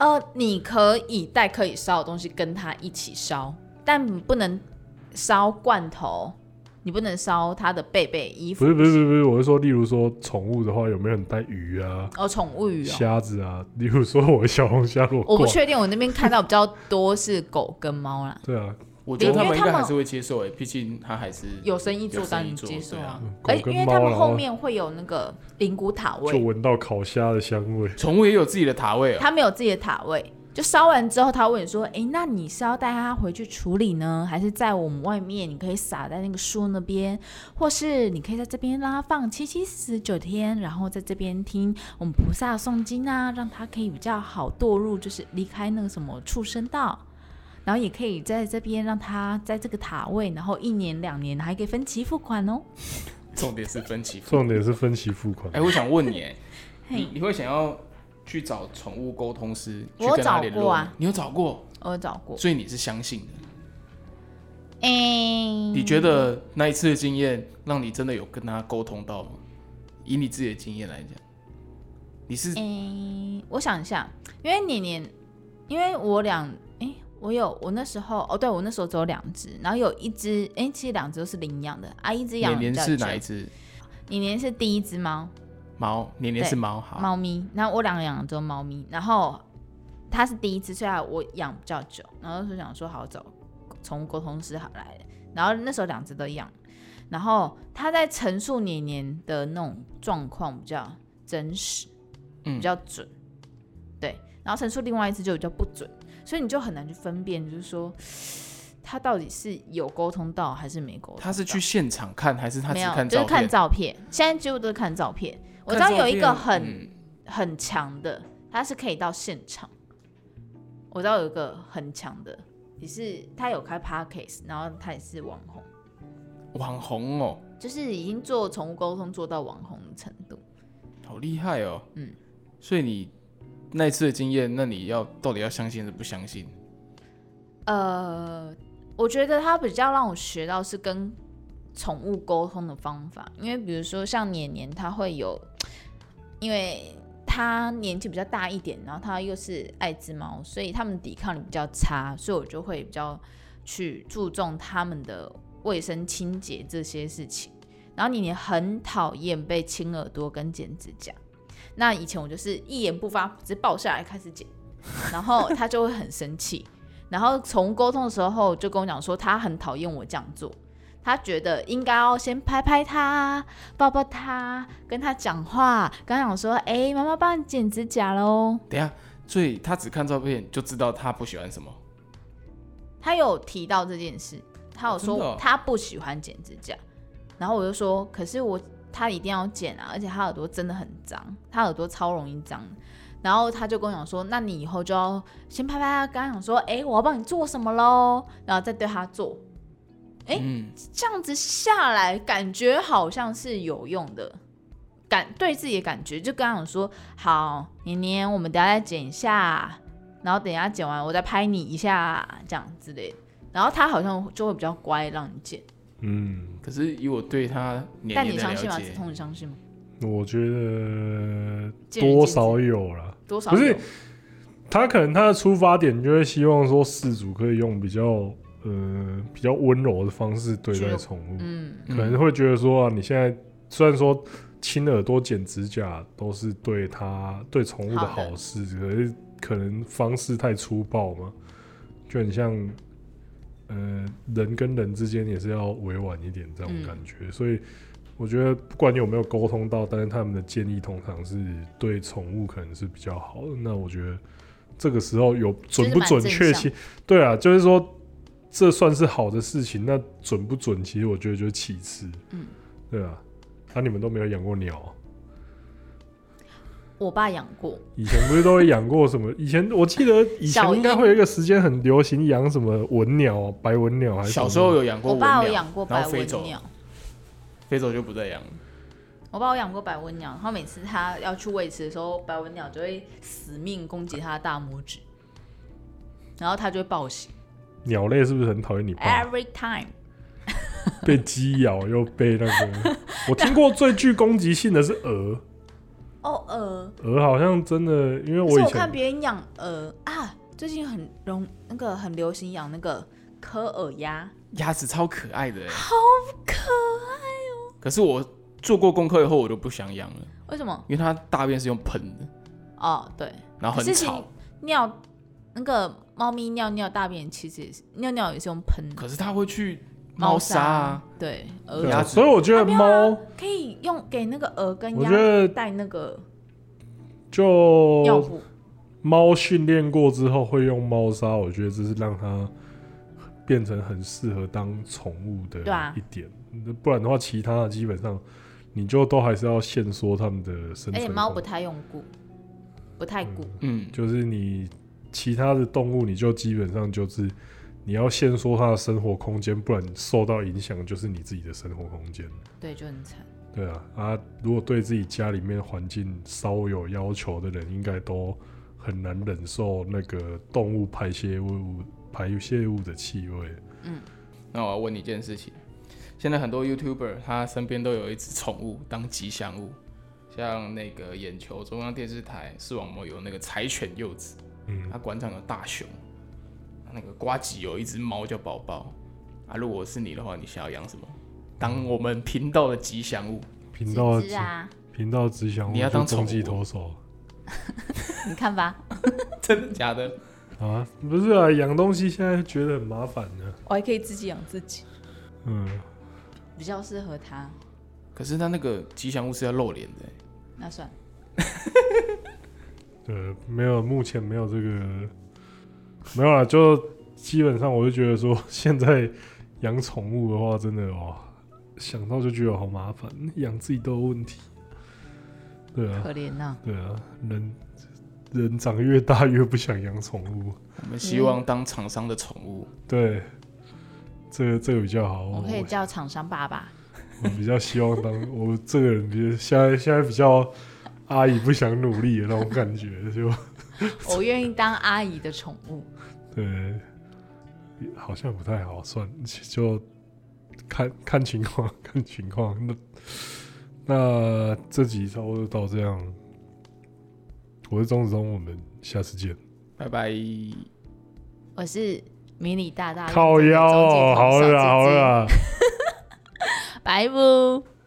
Speaker 3: 呃，你可以带可以烧的东西跟它一起烧，但你不能烧罐头，你不能烧它的贝贝、衣服
Speaker 1: 不是不是不是不是，我是说，例如说宠物的话，有没有人带鱼啊、
Speaker 3: 哦，宠物鱼哦。
Speaker 1: 虾子啊？例如说我的小红虾，如果
Speaker 3: 我不
Speaker 1: 挂
Speaker 3: 确定，我那边看到比较多是狗跟猫啦，
Speaker 1: 对啊，
Speaker 2: 我觉得他
Speaker 3: 因
Speaker 2: 们
Speaker 3: 为
Speaker 2: 应
Speaker 3: 他
Speaker 2: 该
Speaker 3: 们
Speaker 2: 还是会接受诶、欸毕竟它还是
Speaker 3: 有生意做
Speaker 2: 有生
Speaker 3: 当
Speaker 2: 意
Speaker 3: 然
Speaker 2: 做
Speaker 3: 接受
Speaker 2: 对啊
Speaker 3: 啊
Speaker 1: 嗯，
Speaker 3: 而
Speaker 1: 狗跟
Speaker 3: 因为他
Speaker 1: 猫
Speaker 3: 们
Speaker 1: 然
Speaker 3: 后
Speaker 1: 后
Speaker 3: 面会有那个灵骨塔
Speaker 1: 就
Speaker 3: 位，
Speaker 1: 闻到烤虾的香味。
Speaker 2: 宠物也有自己的塔位哦、
Speaker 3: 他们有自己的塔位。就烧完之后，他问你说：“诶，那你是要带它回去处理呢，还是在我们外面？你可以撒在那个树那边，或是你可以在这边让它放七七四十九天，然后在这边听我们菩萨诵经啊，让它可以比较好堕入，就是离开那个什么畜生道。然后也可以在这边让它在这个塔位，然后一年两年还可以分期付款哦。
Speaker 2: 重点是分期付。
Speaker 1: 重点是分期付款
Speaker 2: 哎、，我想问你、欸，
Speaker 3: 嘿
Speaker 2: 你你会想要去找宠物沟通师
Speaker 3: 我
Speaker 2: 去
Speaker 3: 有
Speaker 2: 跟他联
Speaker 3: 找过
Speaker 2: 络
Speaker 3: 啊
Speaker 2: 吗？你有找过，
Speaker 3: 我有找过，
Speaker 2: 所以你是相信的。
Speaker 3: 诶，嗯
Speaker 2: 你觉得那一次的经验让你真的有跟他沟通到吗？以你自己的经验来讲，你
Speaker 3: 嗯
Speaker 2: 是
Speaker 3: 诶、我想一下，因为年年，因为我两诶、我有我那时候哦，对我那时候只有两只，然后有一只诶、其实两只都是领养的啊，一只养
Speaker 2: 年年
Speaker 3: 得比较
Speaker 2: 是
Speaker 3: 久
Speaker 2: 哪一？只
Speaker 3: 年年是第一只猫，
Speaker 2: 猫？年年是
Speaker 3: 对
Speaker 2: 猫，好，
Speaker 3: 猫咪，然后我两个养的都是猫咪，然后它是第一只，所以它我养比较久，然后就想说好找宠物沟通师好来，然后那时候两只都养，然后它在陈述年年的那种状况比较真实，
Speaker 2: 嗯
Speaker 3: 比较准，对，然后陈述另外一只就比较不准，所以你就很难去分辨，就是说它到底是有沟通到还是没沟通到，
Speaker 2: 他是去现场看还是他只
Speaker 3: 没有
Speaker 2: 看
Speaker 3: 就是
Speaker 2: 照
Speaker 3: 看
Speaker 2: 片？
Speaker 3: 照片，现在几乎都是看照片，我知道
Speaker 2: 看照
Speaker 3: 有一个
Speaker 2: 片
Speaker 3: 很。
Speaker 2: 嗯
Speaker 3: 很强的，他是可以到现场。我知道有一个很强的，也是他有开 podcast，然后他也是网红，
Speaker 2: 网红哦，
Speaker 3: 就是已经做宠物沟通做到网红的程度。
Speaker 2: 好厉害哦。
Speaker 3: 嗯，
Speaker 2: 所以你那一次的经验，那你要到底要相信还是不相信？
Speaker 3: 呃，我觉得他比较让我学到是跟宠物沟通的方法，因为比如说像年年，他会有，因为他年纪比较大一点，然后他又是爱滋猫，所以他们抵抗力比较差，所以我就会比较去注重他们的卫生清洁这些事情。然后年年很讨厌被亲耳朵跟剪指甲，那以前我就是一言不发，直接抱下来开始剪，然后他就会很生气。然后从沟通的时候就跟我讲说，他很讨厌我这样做，他觉得应该要先拍拍他、抱抱他、跟他讲话，跟他讲说，哎、妈妈帮你剪指甲喽。
Speaker 2: 等一下，所以他只看照片就知道他不喜欢什么。
Speaker 3: 他有提到这件事，他有
Speaker 2: 哦真的
Speaker 3: 说
Speaker 2: 哦
Speaker 3: 他不喜欢剪指甲，然后我就说，可是我他一定要剪啊，而且他耳朵真的很脏，他耳朵超容易脏。然后他就跟我讲说，那你以后就要先拍拍他，跟他讲说，哎、我要帮你做什么喽，然后再对他做。诶
Speaker 2: 嗯，
Speaker 3: 这样子下来，感觉好像是有用的，感对自己的感觉，就跟他讲说，好，年年，我们等一下再剪一下，啊然后等一下剪完我再拍你一下，这样之类的。然后他好像就会比较乖，让你剪。
Speaker 1: 嗯，
Speaker 2: 可是以我对他年
Speaker 3: 但
Speaker 2: 龄
Speaker 3: 你
Speaker 2: 的
Speaker 3: 相
Speaker 2: 了
Speaker 3: 信吗？
Speaker 2: 解
Speaker 3: 子，通，你相信吗？
Speaker 1: 我觉得
Speaker 3: 见仁见
Speaker 1: 多
Speaker 3: 智
Speaker 1: 少有啦。
Speaker 3: 多少
Speaker 1: 不是
Speaker 3: 有
Speaker 1: 他可能他的出发点就会希望说，事主可以用比较呃比较温柔的方式对待宠物，
Speaker 3: 嗯，
Speaker 1: 可能会觉得说、啊，你现在虽然说亲耳朵剪指甲都是对它对宠物的
Speaker 3: 好的
Speaker 1: 好事，可是可能方式太粗暴嘛，就很像呃人跟人之间也是要委婉一点这种
Speaker 3: 嗯
Speaker 1: 感觉，所以我觉得不管你有没有沟通到，但是他们的建议通常是对宠物可能是比较好的。那我觉得这个时候有准不准确
Speaker 3: 就是蛮正
Speaker 1: 性，对啊，就是说这算是好的事情，那准不准，其实我觉得就是其次，
Speaker 3: 嗯，
Speaker 1: 对啊。啊，你们都没有养过鸟啊、
Speaker 3: 我爸养过，
Speaker 1: 以前不是都会养过什么？以 前我记得以前
Speaker 3: 小
Speaker 1: 应该
Speaker 3: 鹰
Speaker 1: 会有一个时间很流行养什么文鸟啊、白文鸟还是什么
Speaker 2: 小时候有养过
Speaker 3: 我
Speaker 2: 文
Speaker 3: 爸
Speaker 2: 鸟，
Speaker 3: 有养过
Speaker 2: 然
Speaker 3: 白
Speaker 2: 后飞走
Speaker 3: 文，鸟，
Speaker 2: 飞走就不再养了。
Speaker 3: 我爸有养过白文鸟，然后每次他要去喂食的时候，白文鸟就会死命攻击他的大拇指，然后他就会报醒。
Speaker 1: 鸟类是不是很讨厌你爸？
Speaker 3: Every time，
Speaker 1: 被鸡咬又被那个，我听过最具攻击性的是鹅，
Speaker 3: 哦呃，
Speaker 1: 鹅好像真的，因为
Speaker 3: 可是
Speaker 1: 以
Speaker 3: 我看
Speaker 1: 前
Speaker 3: 别人养鹅啊，最近很容那个很流行养那个科尔鸭，
Speaker 2: 鸭子超可爱的欸，
Speaker 3: 可
Speaker 2: 可是我做过功课以后，我就不想养了，
Speaker 3: 为什么？
Speaker 2: 因为它大便是用喷的，
Speaker 3: 哦，对，
Speaker 2: 然后
Speaker 3: 可
Speaker 2: 很
Speaker 3: 是其
Speaker 2: 吵
Speaker 3: 实。尿那个猫咪尿尿大便其实也是尿尿也是用喷的，
Speaker 2: 可是它会去猫砂啊，，
Speaker 3: 对，鹅
Speaker 1: 对
Speaker 2: 鸭
Speaker 1: 啊，
Speaker 2: 子
Speaker 1: 所以我觉得猫
Speaker 3: 啊可以用给那个鹅跟
Speaker 1: 我觉
Speaker 3: 鸭
Speaker 1: 得
Speaker 3: 带那个尿
Speaker 1: 就
Speaker 3: 布，
Speaker 1: 猫训练过之后会用猫砂，我觉得这是让它变成很适合当宠物的
Speaker 3: 对啊
Speaker 1: 一点，不然的话，其他的基本上你就都还是要限缩它们的生存空
Speaker 3: 而且
Speaker 1: 间。
Speaker 3: 猫不太用顾，不太顾，
Speaker 2: 嗯，
Speaker 1: 就是你其他的动物，你就基本上就是你要限缩它的生活空间，不然受到影响就是你自己的生活空间。
Speaker 3: 对，就很惨。
Speaker 1: 对啊，啊，如果对自己家里面环境稍有要求的人，应该都很难忍受那个动物排泄物排泄物的气味。
Speaker 2: 那我要问你一件事情，现在很多 YouTuber 他身边都有一只宠物当吉祥物，像那个眼球中央电视台视网膜有那个柴犬柚子，
Speaker 1: 嗯，
Speaker 2: 它馆长有大熊，那个瓜吉有一只猫叫宝宝。啊，如果是你的话，你想要养什么？当我们频道的吉祥物，
Speaker 1: 频道
Speaker 3: 芝芝啊，
Speaker 1: 频道只想
Speaker 2: 你要当宠
Speaker 1: 中继
Speaker 2: 物
Speaker 1: 投手
Speaker 3: 你看吧，
Speaker 2: 真的假的？
Speaker 1: 啊？不是啊，养东西现在觉得很麻烦呢。
Speaker 3: 我还可以自己养自己，
Speaker 1: 嗯，
Speaker 3: 比较适合他。
Speaker 2: 可是它那个吉祥物是要露脸的欸、
Speaker 3: 那算了，
Speaker 1: 对，没有，目前没有这个，没有啦，就基本上我就觉得说，现在养宠物的话，真的哦，想到就觉得好麻烦，养自己都有问题。对啊，
Speaker 3: 可怜呐、
Speaker 1: 对啊，人人长越大越不想养宠物。
Speaker 2: 我们希望当厂商的宠物，
Speaker 1: 对，这个这个比较好。
Speaker 3: 我
Speaker 1: 我
Speaker 3: 可以叫厂商爸爸，
Speaker 1: 我比较希望当我这个人比较现在现在比较阿姨不想努力的那种感觉，就
Speaker 3: 我愿意当阿姨的宠物。
Speaker 1: 对，好像不太好，算 就看看情况， 看情况。那那这集差不多到这样，我是钟子通，我们下次见。
Speaker 2: 拜拜。
Speaker 3: 我是迷你大大
Speaker 1: 靠腰哦，好了啦好了啦。
Speaker 3: 白不。